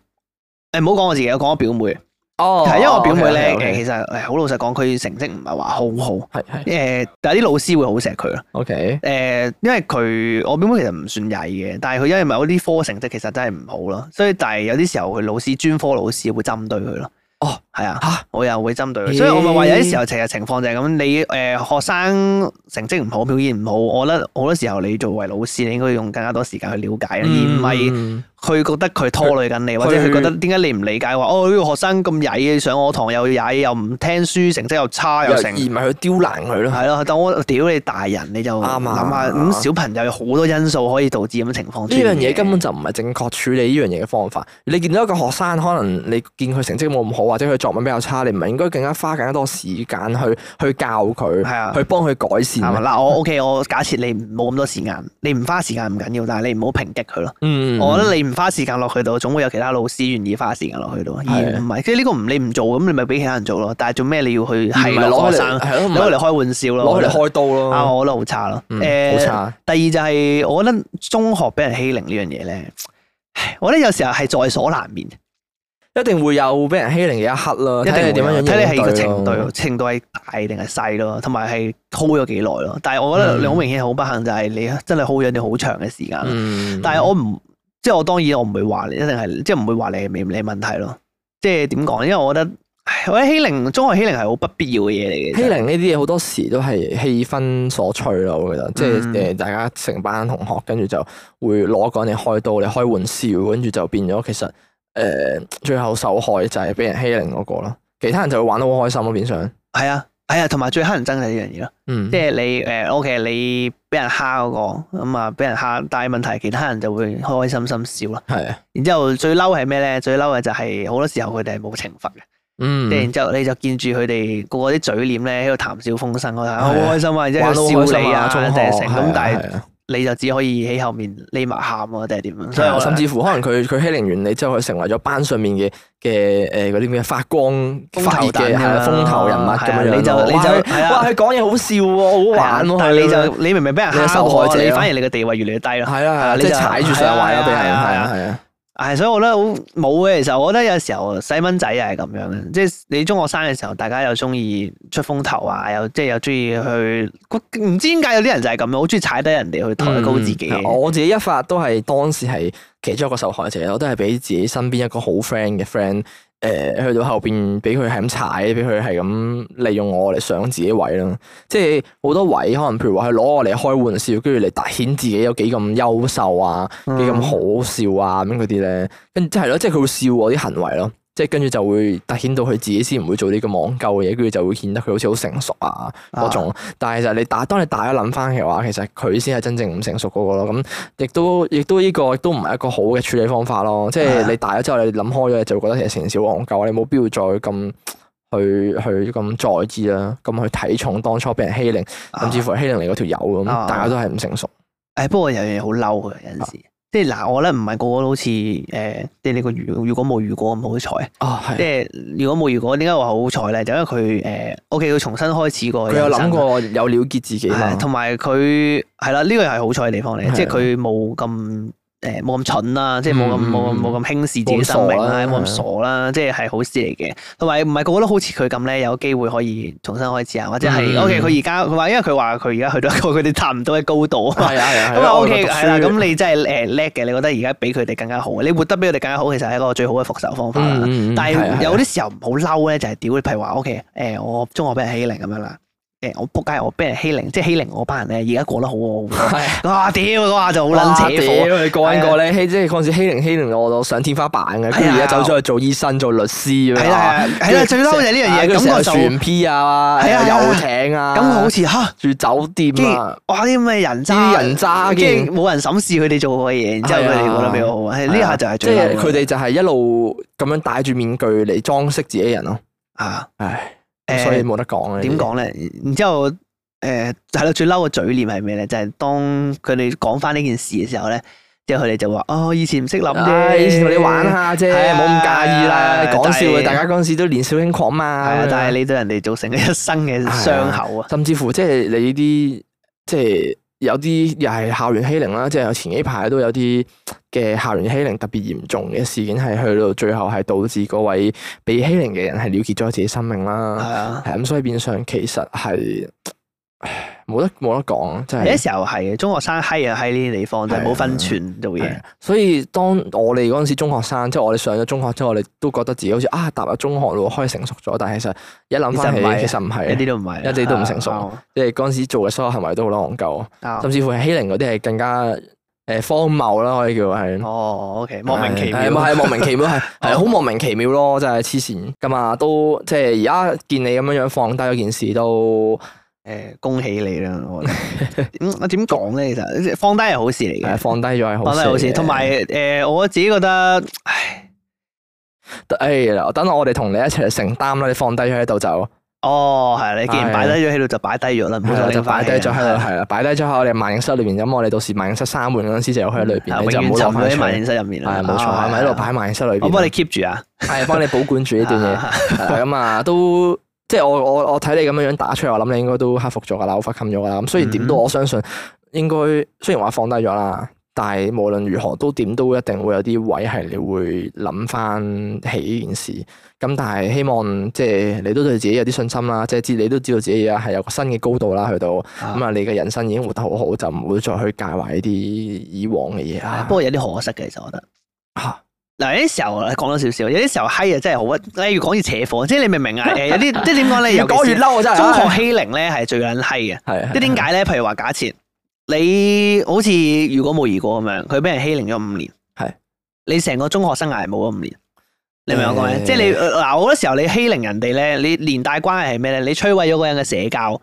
S1: 誒唔好講我自己，我講我表妹，係、啊
S2: 哦
S1: 因為我表妹咧誒、
S2: 係
S1: 其實誒好老實講，佢成績唔係話好好。
S2: 係
S1: 誒、但係啲老師會好錫佢咯。
S2: OK，
S1: 誒、呃因為佢我表妹其實唔算曳嘅，但係佢因為某啲科成績其實真係唔好咯，所以但係有啲時候佢老師專科老師會針對佢咯。
S2: 哦，
S1: 係啊。
S2: 嚇
S1: 我又會針對
S2: 咦
S1: 佢，所以我咪話有啲時候其實情況就係咁，你誒、呃、學生成績唔好，表現唔好，我覺得好多時候你作為老師，你應該用更加多時間去了解，而唔係
S2: 嗯
S1: 佢覺得佢拖累緊你，或者
S2: 佢
S1: 佢覺得點解你唔理解話哦呢、個學生咁曳，上我堂又曳，又唔聽書，成績又差
S2: 又而
S1: 又
S2: 唔
S1: 成。
S2: 係去刁難佢咯，
S1: 係咯，但我屌你大人你就
S2: 啱啊
S1: 諗下，咁小朋友有好多因素可以導致咁嘅情況出
S2: 呢
S1: 現嘅。
S2: 樣嘢根本就唔係正確處理呢樣嘢嘅方法。你見到一個學生，可能你見佢成績冇咁好，或者佢作文比較差，你唔係應該更加花更加多時間去去教佢，
S1: 係啊啊
S2: 去幫佢改善
S1: 係嘛
S2: 咩。
S1: 嗱，我 OK，我假設你唔冇咁多時間，你唔花時間唔緊要，但係你唔好抨擊佢咯。
S2: 嗯
S1: 我覺得你唔花時間落去到，總會有其他老師願意花時間落去到，而
S2: 係
S1: 唔係即係呢個唔你唔做，咁你咪俾其他人做咯。但係做咩你要去
S2: 唔係
S1: 係落
S2: 嗯攞
S1: 學
S2: 佢
S1: 生
S2: 嚟，，係咯，唔
S1: 攞佢
S2: 係
S1: 嚟開玩笑咯，
S2: 攞佢嚟開刀
S1: 啊，
S2: 咯，
S1: 我覺得好差咯。
S2: 嗯
S1: 誒
S2: 好差。
S1: 第二就係我覺得中學俾人欺凌呢樣嘢咧，唉我覺得有時候係在所難免，一
S2: 一定會有俾人欺凌嘅一刻咯，
S1: 定
S2: 睇
S1: 會
S2: 你點樣
S1: 有睇你係個程
S2: 應對咯
S1: 度，程度係大定係細咯，同埋係 hold 咗幾耐咯。但係我覺得
S2: 嗯
S1: 你好明顯係好不幸，就係你真係 hold 咗你好長嘅時間咯。
S2: 嗯
S1: 但係我唔即係我當然我唔會話你一定係即係唔會話你係你問題咯。即係點講？因為我覺得唉我覺得欺凌中學欺凌係好不必要嘅嘢嚟嘅。
S2: 欺凌呢啲嘢好多時都係氣氛所趨咯，我覺得，即係
S1: 嗯
S2: 誒大家成班同學跟住就會攞個人嚟開刀，你開玩笑，跟住就變咗其實誒、呃最後受害就係俾人欺凌嗰個咯，其他人就會玩得好開心咯，變相
S1: 係啊係啊，同埋最乞人憎就係呢樣嘢咯。
S2: 嗯
S1: 即係你誒 OK，你俾人蝦嗰個咁啊，俾人蝦，但係問題其他人就會開開心心笑啦。
S2: 係啊
S1: 然之後最嬲係咩咧？最嬲嘅就係好多時候佢哋係冇懲罰嘅。
S2: 嗯
S1: 即係然之後你就見住佢哋個個啲嘴臉咧喺度談笑風生，我就好
S2: 係啊
S1: 開心啊！然之
S2: 玩得好
S1: 後
S2: 開
S1: 笑
S2: 心
S1: 你
S2: 啊，
S1: 啊，
S2: 中學
S1: 定係成
S2: 係啊
S1: 咁，但係
S2: 係啊
S1: 你就只可以喺後面匿埋喊啊，定係點樣？所以
S2: 係啊
S1: 我
S2: 甚至乎可能佢佢欺凌完你之後，佢成為咗班上面嘅嘅誒嗰啲咩發光發熱嘅
S1: 彈
S2: 係啊風頭人物咁樣樣
S1: 你就
S2: 咯
S1: 你
S2: 哇佢
S1: 就係
S2: 哇！
S1: 啊，
S2: 佢講嘢好笑喎，好玩喎，佢
S1: 但係你
S2: 咁樣
S1: 就你明明俾人
S2: 你係
S1: 蝦
S2: 受害
S1: 過，
S2: 者
S1: 你
S2: 咯
S1: 反而你嘅地位越嚟越低咯。
S2: 係啊，係啊，
S1: 你
S2: 即係
S1: 就
S2: 踩住上位啊，俾人係啊，係啊，
S1: 係，所以我覺得好冇嘅。其實我覺得有時候細蚊仔又係咁樣嘅，即係你中學生嘅時候，大家又中意出風頭啊，又即係又中意去，唔知點解有啲人就係咁樣，好中意踩低人哋去抬高自己。
S2: 嗯我自己一發都係當時係其中一個受害者，我都係俾自己身邊一個好 friend 嘅 friend，誒去到後邊俾佢係咁踩，俾佢係咁利用我嚟上自己位啦。即係好多位可能譬如話佢攞我嚟開玩笑，跟住嚟凸顯自己有幾咁優秀啊，幾咁好笑啊咁嗰啲咧，跟住係咯，即係佢會笑我啲行為咯。即係跟住就會凸顯到佢自己先唔會做呢個網購嘅嘢，跟住就會顯得佢好似好成熟啊嗰種。但係其實你大，當你大咗諗翻嘅話，其實佢先係真正唔成熟嗰個咯。咁亦都亦都呢個亦都唔係一個好嘅處理方法咯。即
S1: 係啊
S2: 係你大咗之後，你諗開咗，你就會覺得其實成件事好戇鳩，你冇必要再咁去去咁在意啦，咁去睇重當初俾人欺凌，甚至乎係欺凌你嗰條友咁，
S1: 啊
S2: 大家都係唔成熟。
S1: 誒，哎不過有樣嘢好嬲嘅有陣時，
S2: 啊
S1: 即係嗱，我覺得唔係個個都好似誒、即係你個如如果冇如果咁好彩，
S2: 啊，
S1: 即
S2: 係。
S1: 係如果冇如果，點解話好彩咧？就因為佢呃誒、o k 佢重新開始過，
S2: 佢有諗，過有了結自己嘛
S1: 係同埋佢係啦，呢個係好彩嘅地方
S2: 係
S1: 嚟，
S2: 啊
S1: 即係佢冇咁。誒冇咁蠢啦，即係冇咁
S2: 嗯
S1: 冇咁
S2: 嗯
S1: 冇咁輕視自己生命啦，冇
S2: 冇
S1: 咁
S2: 咁
S1: 傻
S2: 傻
S1: 啦，即係係好事嚟嘅。同埋唔係個個都好似佢咁咧，有機會可以重新開始啊，或者係
S2: 嗯
S1: OK 佢而家佢話，因為佢話佢而家去到一個佢哋達唔到嘅高度啊嘛。
S2: 係啊係啊係
S1: 咁
S2: 啊
S1: 啊
S2: 我
S1: OK
S2: 讀書
S1: 係啦，咁你真係誒叻嘅，你覺得而家比佢哋更加好，你活得比佢哋更加好，其實係一個最好嘅復仇方法
S2: 嗯
S1: 啦。
S2: 嗯嗯
S1: 但
S2: 係啊係
S1: 係
S2: 啊
S1: 有啲時候唔好嬲咧，就係屌，譬如話 OK 誒，我中學俾人欺凌咁樣啦，誒我仆街，我俾人欺凌，即係欺凌我班人咧，而家過得好喎好
S2: 係啊
S1: 喎。哇屌，嗰下就好撚扯火。啊
S2: 哇屌你過緊過咧，欺即係嗰陣時欺凌欺凌我到上天花板嘅，跟住而家走咗去做醫生做律師咁
S1: 係
S2: 樣啊。
S1: 啦係啦，係啦，最嬲就係呢樣嘢，
S2: 跟住
S1: 咁
S2: 成
S1: 我
S2: 日
S1: 就
S2: 船 P 啊，
S1: 係啊係啊
S2: 遊艇啊，
S1: 咁我好似嚇。
S2: 住酒
S1: 跟
S2: 店
S1: 住
S2: 啊，
S1: 哇啲咩人渣，
S2: 啲人渣
S1: 跟
S2: 嘅
S1: 住冇人審視佢哋做過嘅嘢，然之後
S2: 係啊
S1: 佢哋覺得比我好，係呢下就係
S2: 即
S1: 最
S2: 係
S1: 嬲啊
S2: 佢哋就係一路咁樣戴住面具嚟裝飾自己人咯。
S1: 啊！
S2: 唉，
S1: 誒
S2: 所以冇得講嘅。啊
S1: 點？講咧？然之後誒呃係啦，最嬲嘅嘴臉係咩咧？就係、當佢哋講翻呢件事嘅時候咧，之後佢哋就話：哦，以前唔識諗
S2: 唉，
S1: 啫，
S2: 以前同你玩下啫，
S1: 係
S2: 唔
S1: 啊
S2: 好咁介意啦，
S1: 係
S2: 講
S1: 啊
S2: 笑
S1: 但
S2: 嘅。
S1: 係
S2: 大家嗰陣時都年少輕狂嘛。
S1: 係啊
S2: 咁樣
S1: 但係你對人哋造成一生嘅傷口啊！
S2: 甚至乎即係你呢啲即係有啲又係校園欺凌啦，即係前幾排都有啲嘅校園欺凌特別嚴重嘅事件，係去到最後係導致嗰位被欺凌嘅人係了結咗自己生命
S1: 係
S2: 啦。
S1: 啊，
S2: 係咁，所以變相其實係唉冇得冇得講，真
S1: 有啲
S2: 係。
S1: 時候係嘅，中學生閪啊閪呢啲地方就係
S2: 係
S1: 冇
S2: 啊
S1: 分寸做嘢
S2: 係。所以當我哋嗰陣時中學生，即係我哋上咗中學之後，我哋都覺得自己好似啊踏入中學咯，開始成熟咗。但係其實一諗翻
S1: 其
S2: 起
S1: 實唔係，
S2: 其實唔
S1: 一
S2: 係，啊哦
S1: 啲都唔係，啊
S2: 一啲都唔成熟
S1: 啱
S2: 即係嗰陣時做嘅所有行為都好撚戇鳩。
S1: 啱
S2: 甚至乎係欺凌嗰啲係更加誒荒謬啦，可以叫係。
S1: 哦，OK，莫名其妙，
S2: 係係莫名其 妙，係係好莫名其妙咯，真係黐線咁啊！都即係而家見你咁樣樣放低咗件事 都
S1: 誒，恭喜你啦！我覺得嗯我點講咧？其實放低係好事嚟
S2: 誒
S1: 嘅，
S2: 放低咗係好
S1: 放
S2: 事嚟嘅，
S1: 低係好事。同埋誒，我自己覺得，唉，
S2: 誒哎嗱等我哋同你一齊承擔啦，你放低咗喺度就
S1: 哦，係你既然
S2: 係啊
S1: 擺低咗喺度，就擺低咗啦，唔好再
S2: 就
S1: 拎
S2: 擺
S1: 翻
S2: 低咗喺度，係啦，擺低咗喺我哋萬應室裏邊。咁我哋到時萬應室閂門嗰陣時就有佢喺裏邊，你就
S1: 嗯啊永
S2: 唔
S1: 遠
S2: 好
S1: 就
S2: 攞
S1: 唔
S2: 翻
S1: 會喺
S2: 出
S1: 萬應
S2: 嚟。
S1: 室入面啦。啊
S2: 係冇錯，係咪喺度擺喺萬應室裏邊？
S1: 我幫你 keep 住啊！
S2: 係幫你保管住呢段嘢。
S1: 嘢，
S2: 係啦咁啊，都即係我我我睇你咁樣樣打出嚟，我諗你應該都克服咗噶啦，overcome 咗噶啦。咁雖然點都，
S1: 嗯
S2: 我相信應該雖然話放低咗啦，但係無論如何都點都一定會有啲位係你會諗翻起呢件事。咁但係希望即係你都對自己有啲信心啦，即係知你都知道自己而啊家係有個新嘅高度啦，去到咁啊，你嘅人生已經活得好好，就唔會再去介懷呢啲以往嘅嘢啦
S1: 啊不。過有啲可惜嘅，其實我覺得。
S2: 啊
S1: 嗱，有啲時候講多少少，有啲時候閪啊，真係好屈，越講越扯火，即係你明唔 明啊？誒，有啲即係點講咧？
S2: 越
S1: 尤其
S2: 講越
S1: 是
S2: 嬲啊！真係
S1: 中學欺凌咧，係最撚閪嘅。
S2: 係
S1: 即係點解咧？譬如話假設你好似如果冇如果咁樣，佢俾人欺凌咗五年，
S2: 係
S1: 你成個中學生涯冇咗五年，你明我講咩？
S2: 誒
S1: 即係你呃嗱，好多時候你欺凌人哋咧，你連帶關係係咩咧？你摧毀咗嗰個人嘅社交，啊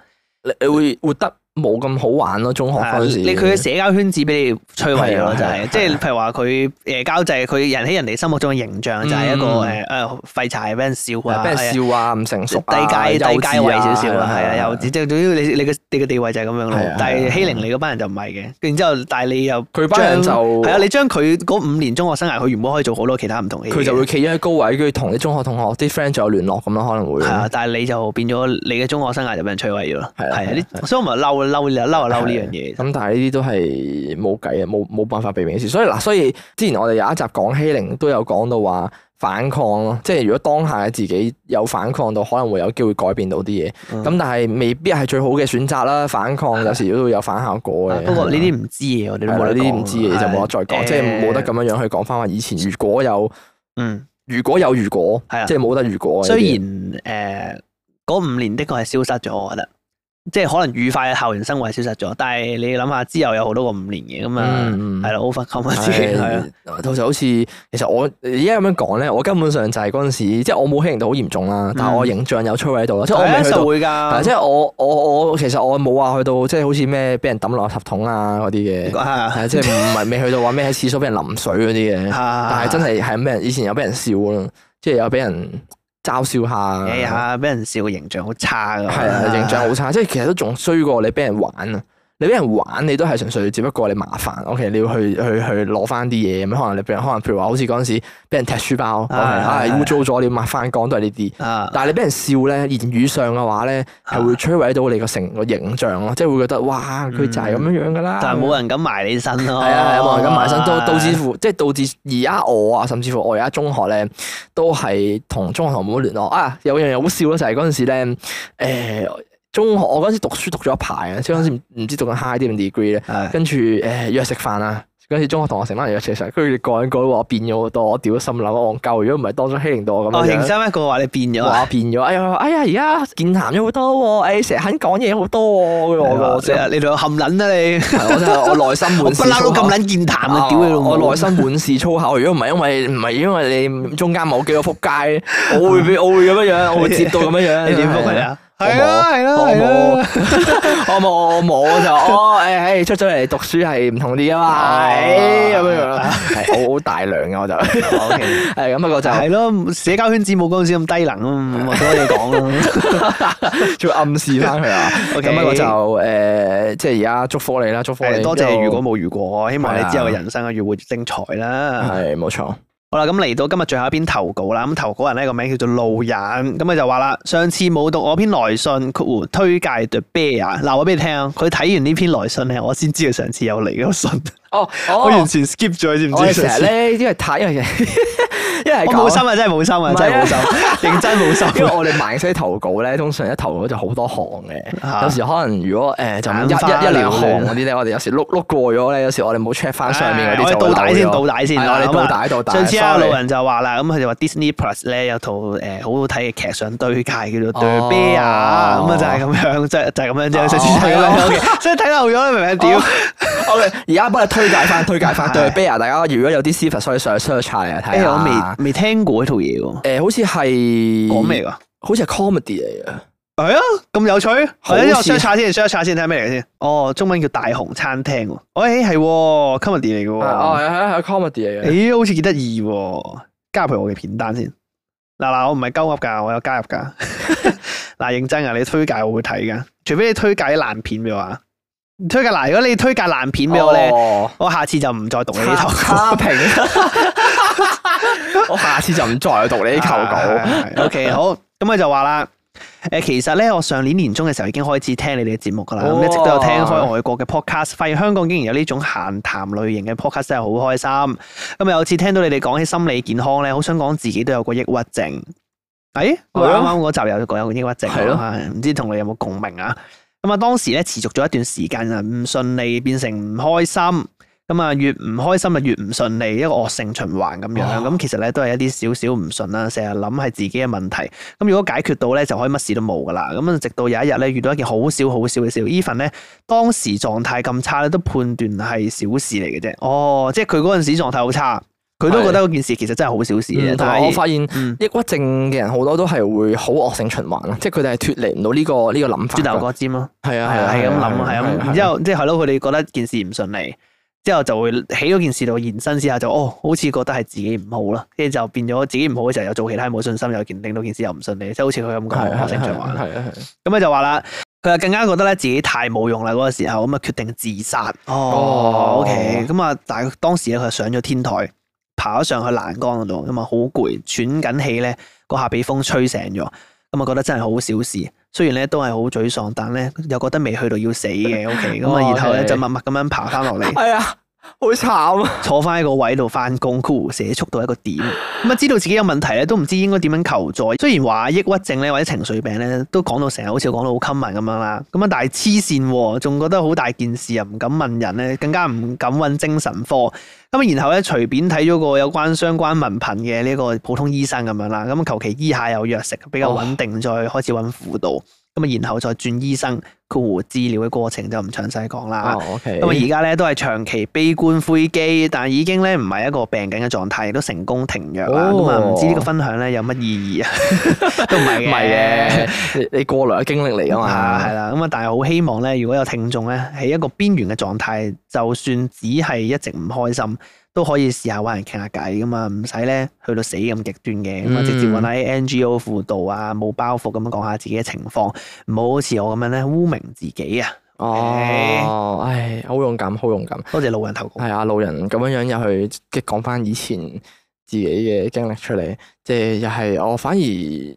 S2: 你你會活得冇咁好玩咯，中學嗰陣時。
S1: 你佢嘅社交圈子俾你摧毀咗
S2: 係
S1: 咯，
S2: 啊
S1: 就
S2: 係
S1: 係
S2: 啊
S1: 即係譬如話佢誒交際，佢人喺人哋心目中嘅形象就係一個誒
S2: 嗯
S1: 誒廢柴，俾人笑啊，
S2: 俾人
S1: 係啊
S2: 笑啊，唔啊成熟
S1: 低階低階位少少啦，係啊，幼
S2: 又
S1: 稚，即係總之你你嘅你嘅地位就係咁樣咯
S2: 係啊。
S1: 但
S2: 係
S1: 係
S2: 啊
S1: 欺凌你嗰班人就唔係嘅，然之後但係你又
S2: 佢班人就
S1: 將係啊，你將佢嗰五年中學生涯，佢原本可以做好多其他唔同嘅嘢，
S2: 佢就會企咗喺高位，跟住同啲中學同學啲 friend 仲有聯絡咁咯，可能會
S1: 啊係啊，但係你就變咗你嘅中學生涯就俾人摧毀咗咯，
S2: 係啊
S1: 係啊
S2: 係啊
S1: 呢，所以我咪嬲嬲嬲嬲嬲啊嬲呢樣嘢。
S2: 咁但係呢啲都係冇計啊，冇冇辦法避免嘅事。所以嗱，所以之前我哋有一集講欺凌，都有講到話反抗咯，即係如果當下嘅自己有反抗到，可能會有機會改變到啲嘢。咁、
S1: 嗯
S2: 但係未必係最好嘅選擇啦。反抗有時都會有反效果嘅。
S1: 啊不過呢啲唔知嘅，我哋
S2: 啊係
S1: 都
S2: 啦
S1: 冇得
S2: 呢啲
S1: 講啊
S2: 唔知嘅嘢就冇得再講，
S1: 係
S2: 即係冇得咁樣樣去講翻話以前如果有
S1: 嗯，
S2: 如果有如果
S1: 係啊，
S2: 即係冇得如果嘅呢啲嘢。
S1: 雖然誒嗰五年的確係消失咗，我覺得。即係可能愉快嘅校園生活係消失咗，但係你諗下之後有好多個五年嘅咁啊，
S2: 嗯嗯
S1: 係啦，overcome 啊自己係啊，
S2: 係，到時好似其實我而家咁樣講咧，我根本上就係嗰陣時，即係我冇欺凌到好嚴重啦，但係我形象有摧毀到啦，即係我未
S1: 嗯係
S2: 去
S1: 啊
S2: 到
S1: 就。會
S2: 係
S1: 㗎，
S2: 即係我我我其實我冇話去到即係好似咩俾人抌落垃圾桶啊嗰啲嘅，
S1: 係啊
S2: 係即係唔係未去到話咩喺廁所俾人淋水嗰啲嘅，但係真係係咩人以前有俾人笑啦，即係有俾人嘲笑下，
S1: 哎呀，俾人笑個形象好差㗎，
S2: 啊係啊，形象好差，即係其實都仲衰過你俾人玩啊！你俾人玩，你都係純粹只不過你麻煩。O、k 你要去去去攞翻啲嘢咁樣，可能你俾人，可能譬如話好似嗰陣時俾人踢書包，
S1: 係
S2: OK，啊
S1: 係
S2: 污糟咗，你要抹翻光都係呢啲。
S1: 啊，
S2: 但係你俾人笑咧，言語上嘅話咧，係會摧毀到你個成個形象咯，即係會覺得哇，佢就係咁樣樣噶啦。
S1: 嗯但係冇人敢埋你身咯，
S2: 係啊，係啊，冇人咁埋身，都導致乎即係導致而家我啊，甚至乎我而家中學咧，都係同中學同學冇乜聯絡啊。有樣嘢好笑咯，就係嗰陣時咧，誒、中學我嗰陣時讀書讀咗一排啊，即係嗰陣時唔唔知讀緊 high 啲定 degree 咧，
S1: 係
S2: 跟住誒約食飯啊。嗰陣時中學同學成班人約食飯，跟住個人個都話我變咗好多，我屌心諗戇鳩，如果唔係當初欺凌到我咁
S1: 哦，
S2: 樣
S1: 認
S2: 樣。
S1: 真一個話你變咗啊，
S2: 話變咗，哎呀，哎呀，而家健談咗好多喎，誒，哎成日肯講嘢好多喎，
S1: 係嘛
S2: 我
S1: 即係你條冚撚啊你！
S2: 我真係我內心
S1: 我
S2: 滿啊
S1: 不
S2: 是
S1: 嬲都
S2: 粗口
S1: 咁撚健談啊！屌你老母！
S2: 我內心滿是粗口。如果唔係因為唔係因為你中間某幾個撲街， 啊我會俾我會咁樣樣，我會接到咁樣 樣。
S1: 你點覆佢？啊？
S2: 我冇
S1: 係
S2: 我冇，
S1: 啊
S2: 我冇，我冇我就哦，誒誒，出咗嚟讀書係唔同啲啊嘛，哎誒咁樣樣啦， 係我好大量嘅我就 係
S1: ，O K，
S2: 咁，不過就
S1: 係咯，社交圈子冇嗰陣時咁低能啊，咁我所以講啊 咯，
S2: 仲要暗示翻佢啊。
S1: OK
S2: 咁不過就誒，即係而家祝福你啦，祝福你，
S1: 係多謝如果冇如果，希望你之後嘅人生啊越活越精彩啦。
S2: 係冇錯，
S1: 好啦，咁嚟到今日最後一篇投稿啦，咁投稿人呢個名叫做路人，咁佢就話啦，上次冇讀我篇來信，括弧推介對啤啊，嗱我俾你聽啊，佢睇完呢篇來信咧，我先知道上次有嚟嗰個信，
S2: 哦，
S1: 我完全 skip 咗，知唔
S2: 我哋
S1: 知？
S2: 成日咧，因為太因為 因為係咁
S1: 我冇心啊，真係冇心啊，
S2: 唔
S1: 真
S2: 係
S1: 係
S2: 啊
S1: 冇心， 認真冇心。
S2: 因為我哋慢寫投稿咧，通常一投稿就好多行
S1: 啊
S2: 嘅，有時可能如果誒就咁
S1: 眼花
S2: 一一一兩
S1: 撩
S2: 行
S1: 亂
S2: 嗰啲咧，我哋有時碌碌過咗咧，有時我哋冇 check 翻上面嗰
S1: 哎
S2: 啲
S1: 我哋
S2: 就
S1: 倒帶先，
S2: 漏咗
S1: 倒帶先。
S2: 係我哋
S1: 咁啊
S2: 倒帶倒帶。
S1: 上次啊，
S2: sorry
S1: 路人就話啦，咁佢就話 Disney Plus 咧有套誒好好睇嘅劇上對界叫做《對啤啊》，
S2: 哦
S1: 咁啊就係咁樣，即係就係咁樣啫。上次就 係咁
S2: 哦
S1: 樣，OK，所以睇漏咗，你明唔明？啊屌
S2: 哦，，OK，而家幫你推介翻，推介翻
S1: 係
S2: 對 Bear，大家如果有啲 s e 所以上去 search 下嚟睇
S1: 哎呀
S2: 下。
S1: 我未未聽過呢套嘢喎，
S2: 未誒，好似係
S1: 講咩？㗎？
S2: 好似係 comedy 嚟嘅。
S1: 係啊，咁有趣，啊
S2: 好
S1: 我
S2: 似啊
S1: 我 search 下先，search 下先睇下咩嚟嘅先。哦，中文叫大雄餐廳喎，喂係喎，comedy 嚟嘅
S2: 哦，
S1: 喎，
S2: 係係係 comedy 嚟嘅。
S1: 咦好似幾得意喎，加入去我嘅片單先。嗱嗱，我唔係鳩噏㗎，我有加入㗎。 嗱，認真啊，你推介我會睇㗎，除非你推介啲爛片俾我啊。推介嗱，如果你推介爛片俾我咧，
S2: 哦
S1: 我下次就唔再啊讀你呢頭。
S2: 差 評。我下次就唔再讀你啲投稿。
S1: O K，好，咁啊佢就話啦。誒，其實咧，我上年年中嘅時候已經開始聽你哋嘅節目㗎啦，咁
S2: 哇
S1: 一直都有聽開外國嘅 podcast，發現香港竟然有呢種閒談類型嘅 podcast，真係好開心。咁啊有次聽到你哋講起心理健康咧，好想講自己都有個抑鬱症。誒，我啱啱嗰集有講有個抑鬱症，
S2: 係咯
S1: 係唔知同你有冇共鳴啊？咁啊，當時咧持續咗一段時間啊，唔順利變成唔開心。咁啊，越唔開心啊，越唔順利，一個惡性循環咁樣。
S2: 哦
S1: 咁其實咧都係一啲少少唔順啦，成日諗係自己嘅問題。咁如果解決到咧，就可以乜事都冇噶啦。咁啊，直到有一日咧，遇到一件好少好少嘅事，even 咧當時狀態咁差咧，都判斷係小事嚟嘅啫。哦，即係佢嗰陣時狀態好差，佢都覺得嗰件事其實真係好小事嘅
S2: 嗯
S1: 啫。
S2: 同
S1: 但
S2: 埋
S1: 係
S2: 我發現
S1: 嗯，
S2: 抑鬱症嘅人好多都係會好惡性循環咯，啊即係佢哋係脱離唔到呢個呢個諗法
S1: 豬頭
S2: 㗎。
S1: 角尖咯，
S2: 係
S1: 係
S2: 啊
S1: 啊係咁諗，係咁。然之
S2: 後
S1: 後即係係咯，佢哋覺得件事唔順利。之後就會喺嗰件事度延伸之下就哦，好似覺得係自己唔好啦，跟住就變咗自己唔好嘅時候又做其他冇信心，又件令到件事又唔順利，即係好似佢咁講惡性循環。
S2: 係啊係。
S1: 咁佢就話啦，佢就更加覺得咧自己太冇用啦嗰個時候，咁啊決定自殺。
S2: 哦
S1: ，OK，咁啊，但係當時咧佢就上咗天台，爬咗上去欄杆嗰度，咁啊好攰，喘緊氣咧，嗰下俾風吹醒咗。咁啊覺得真係好小事。雖然咧都係好沮喪，但咧又覺得未去到要死嘅，OK，咁啊，
S2: 哦
S1: 然後咧
S2: OK
S1: 就默默咁樣爬翻落嚟，
S2: 係啊，好慘啊！
S1: 坐翻喺個位度翻工，酷社畜到一個點，咁啊知道自己有問題咧，都唔知應該點樣求助。雖然話抑鬱症咧或者情緒病咧，都講到成日好似講到好 common 咁樣啦，咁啊但係黐線喎，仲覺得好大件事啊，唔敢問人咧，更加唔敢揾精神科。咁然後咧隨便睇咗個有關相關文憑嘅呢個普通醫生咁樣啦，咁求其醫下有藥食，比較穩定，再開始揾輔導。咁啊，然後再轉醫生，括弧治療嘅過程就唔詳細講啦。
S2: 哦，OK，
S1: 咁啊，而家咧都係長期悲觀灰機，但已經咧唔係一個病緊嘅狀態，亦都成功停藥啦。咁啊、
S2: 哦
S1: 唔知呢個分享咧有乜意義啊？ 都唔係
S2: 唔
S1: 嘅，
S2: 係嘅， 你你過來嘅經歷嚟噶
S1: 啊，係
S2: 嘛？
S1: 啦，咁啊，但係好希望咧，如果有聽眾咧喺一個邊緣嘅狀態，就算只係一直唔開心，都可以試下揾人傾下偈噶嘛，唔使咧去到死咁極端嘅，咁啊
S2: 嗯
S1: 直接揾喺 NGO 輔導啊，冇包袱咁樣講下自己嘅情況，唔好好似我咁樣咧污名自己啊！
S2: 哦，唉，好勇敢，好勇敢。
S1: 多謝老人投稿，
S2: 係啊，路人咁樣樣又去即係講翻以前自己嘅經歷出嚟，即係又係我反而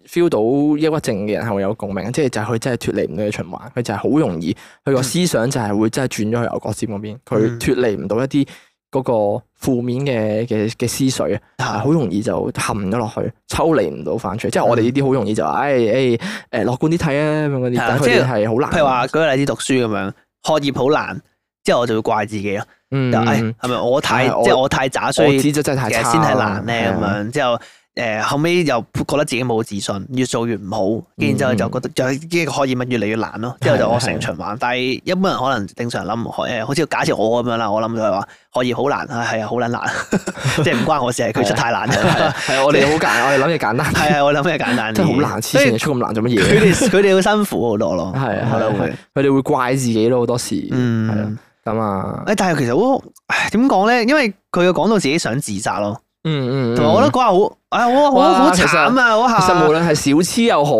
S2: feel 到抑鬱症嘅人係會有共鳴，即係就係佢真係脫離唔到嘅循環，佢就係好容易佢個思想就係會真係轉咗去牛角尖嗰邊，
S1: 嗯
S2: 佢脫離唔到一啲嗰個負面嘅嘅嘅思緒啊。啊，好容易就陷咗落去，抽離唔到翻出嚟。即係我哋呢啲好容易就話，哎誒誒誒樂觀啲睇啊咁樣嗰啲，
S1: 嗯係啦
S2: 但係
S1: 即係
S2: 佢哋係好難。
S1: 譬如話舉個例子讀書咁樣，學業好難，之後我就會怪自己咯，
S2: 嗯，
S1: 就唉
S2: 嗯，
S1: 係咪我太
S2: 係啊
S1: 即係
S2: 我
S1: 我太渣，所
S2: 我
S1: 以
S2: 資質真係太
S1: 其實
S2: 差，
S1: 先係難咧咁
S2: 係啊。
S1: 樣，之後誒後尾又覺得自己冇自信，越做越唔好，跟住之後就
S2: 嗯
S1: 覺得就呢個學業咪越嚟越難咯，之
S2: 啊
S1: 後就惡性循環。但係一般人可能正常諗學誒，好似假設我咁樣啦，我諗就係話學業好難，啊係啊好撚難， 即係唔關我事，係佢出 太難
S2: 係啊係啊
S1: 啫。
S2: 係啊， 我哋好簡，我哋諗嘢簡單，
S1: 係啊，我諗係簡單啲，
S2: 真係好難，黐
S1: 所以
S2: 線出咁難做乜
S1: 佢
S2: 嘢？
S1: 哋佢哋好辛苦好多咯，
S2: 係啊
S1: 我覺得
S2: 係
S1: 會
S2: 啊佢哋會怪自己咯，好多時。係啊
S1: 嗯。
S2: 咁啊，
S1: 誒，但係其實好唉點講咧？因為佢又講到自己想自殺咯，
S2: 嗯嗯，
S1: 同埋我覺得嗰下好，唉，好好好
S2: 哇其實
S1: 慘啊！嗰下
S2: 其實無論係小痴又好，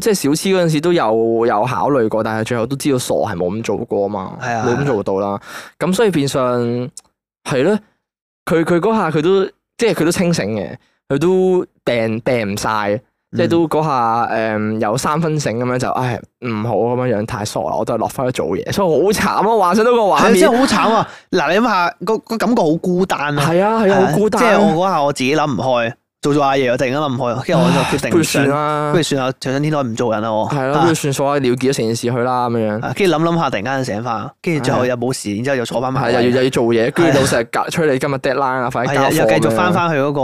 S2: 即係小痴嗰陣時都有有考慮過，但係最後都知道傻係冇咁做過嘛，
S1: 係啊
S2: 冇咁做到啦。咁所以變相係咯，佢佢嗰下佢都即係佢都清醒嘅，佢都病病唔晒，
S1: 嗯
S2: 即係都嗰下誒有三分醒咁樣就唉唔好咁樣樣太傻啦，我都係落翻去做嘢，所以我好慘啊！幻想到個畫
S1: 係
S2: 面
S1: 真係，好慘啊！嗱，你諗下個個感覺好孤單啊，
S2: 係啊係啊，好孤單，
S1: 即係我嗰下我自己諗唔開，做做下嘢，我突然間諗唔開，跟住我就決定
S2: 不
S1: 唔
S2: 如算
S1: 想，
S2: 啦
S1: 不如，算啦，上上天台唔做人啦我。
S2: 係啦，
S1: 啊
S2: 不如算數啦，了結咗成件事去啦咁樣樣。
S1: 啊跟住諗諗下，突然間醒翻，跟住最後又冇事，然之後又坐翻埋
S2: 係
S1: 位，
S2: 啊又要又要做嘢，跟
S1: 係
S2: 住老細隔催你今日 deadline 啊，快啲
S1: 係
S2: 交
S1: 啊
S2: 貨
S1: 又繼續翻
S2: 咁樣。
S1: 翻去嗰個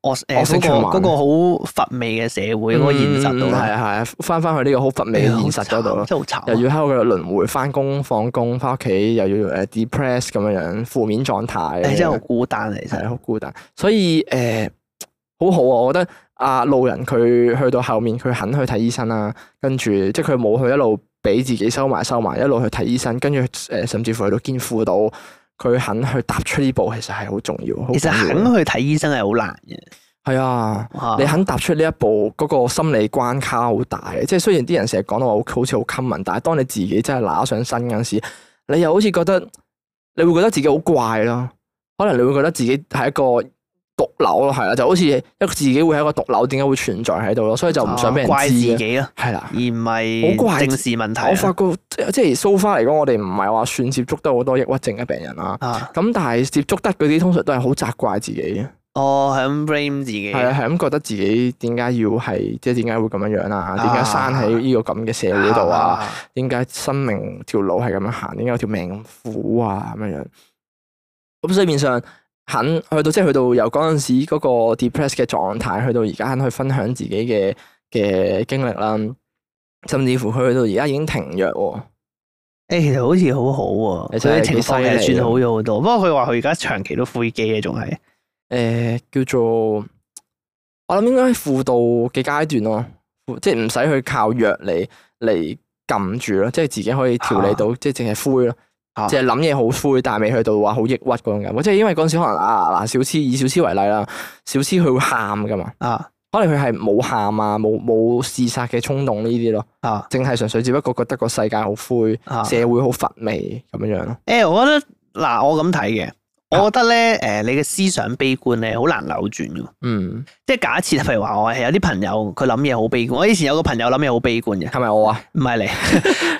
S1: 惡誒
S2: 惡性循
S1: 嗰
S2: 環
S1: 個嗰個好乏味嘅社會嗰個現實度
S2: 係
S1: 啦，
S2: 啊係啊，翻翻去呢個好乏味嘅現實嗰度
S1: 好
S2: 咯
S1: 慘，真係好慘啊。
S2: 又要喺度輪迴翻工放工，翻屋企又要誒 depress 咁樣樣，負面狀態。
S1: 誒真係好孤單啊其
S2: 係
S1: 實。
S2: 好孤單，所以誒、好好啊！我覺得阿路人佢去到後面，佢肯去睇醫生啦，跟住即係佢冇去一路俾自己收埋收埋，一路去睇醫生，跟住誒甚至乎去到肩負到佢肯去踏出呢步，其實係好重要。好
S1: 其實
S2: 緊要
S1: 肯去睇醫生係好難嘅
S2: 係啊。
S1: 哇
S2: 你肯踏出呢一步，嗰、個心理關卡好大啊嘅。即係雖然啲人成日講到話好好似好 common，但係當你自己真係揦上身嗰陣時，你又好似覺得你會覺得自己好怪咯。可能你會覺得自己係一個毒瘤咯，係啦，就好似一個自己會係一個毒瘤，點解會存在喺度咯？所以就唔想俾人
S1: 啊怪自
S2: 知嘅。
S1: 己咯，
S2: 係啦
S1: 而，唔
S2: 好怪
S1: 係
S2: 自
S1: 正視問題啊。
S2: 我發覺即即係 so far 嚟講，我哋唔係話算接觸到好多抑鬱症嘅病人啦。
S1: 啊，
S2: 咁但係接觸得嗰啲通常都係好責怪自己嘅。
S1: 我係咁哦 blame 自己。
S2: 係啊，係咁覺得自己點解要係，即係點解會咁樣樣啊？點解生喺呢個咁嘅社會度啊？，點解生命條路係咁樣行？點解有條命咁苦啊？咁樣樣。咁所以面上肯去到，即係去到由嗰陣時嗰個 depress 嘅狀態，去到而家肯去分享自己嘅嘅經歷啦。甚至乎佢去到而家已經停藥喎，
S1: 誒，其實好似好好喎，
S2: 你
S1: 佢
S2: 真
S1: 啲
S2: 係
S1: 情
S2: 幾
S1: 況
S2: 犀
S1: 係
S2: 利
S1: 算
S2: 啊
S1: 好咗好多。不過佢話佢而家長期都灰機啊嘅，仲係
S2: 誒、呃叫做我諗應該喺輔導嘅階段咯，輔即係唔使去靠藥嚟嚟撳住咯，即係自己可以調理到，即係淨係灰咯，
S1: 啊
S2: 即係諗嘢好灰，但係未去到話好抑鬱嗰種感覺。即係因為嗰陣時可能啊嗱，小痴以小痴為例啦，小痴佢會喊噶嘛，
S1: 啊
S2: 可能佢係冇喊啊，冇冇自殺嘅衝動呢啲咯，
S1: 啊
S2: 淨係純粹只不過覺得個世界好灰，
S1: 啊！
S2: 社會好乏味咁樣樣咯。啊
S1: 誒，我覺得嗱，我咁睇嘅，我覺得咧，誒、你嘅思想悲觀咧，好難扭轉嘅。
S2: 嗯，
S1: 即係假設，譬如話我係有啲朋友，佢諗嘢好悲觀。我以前有個朋友諗嘢好悲觀嘅，
S2: 係咪我啊？
S1: 唔係你。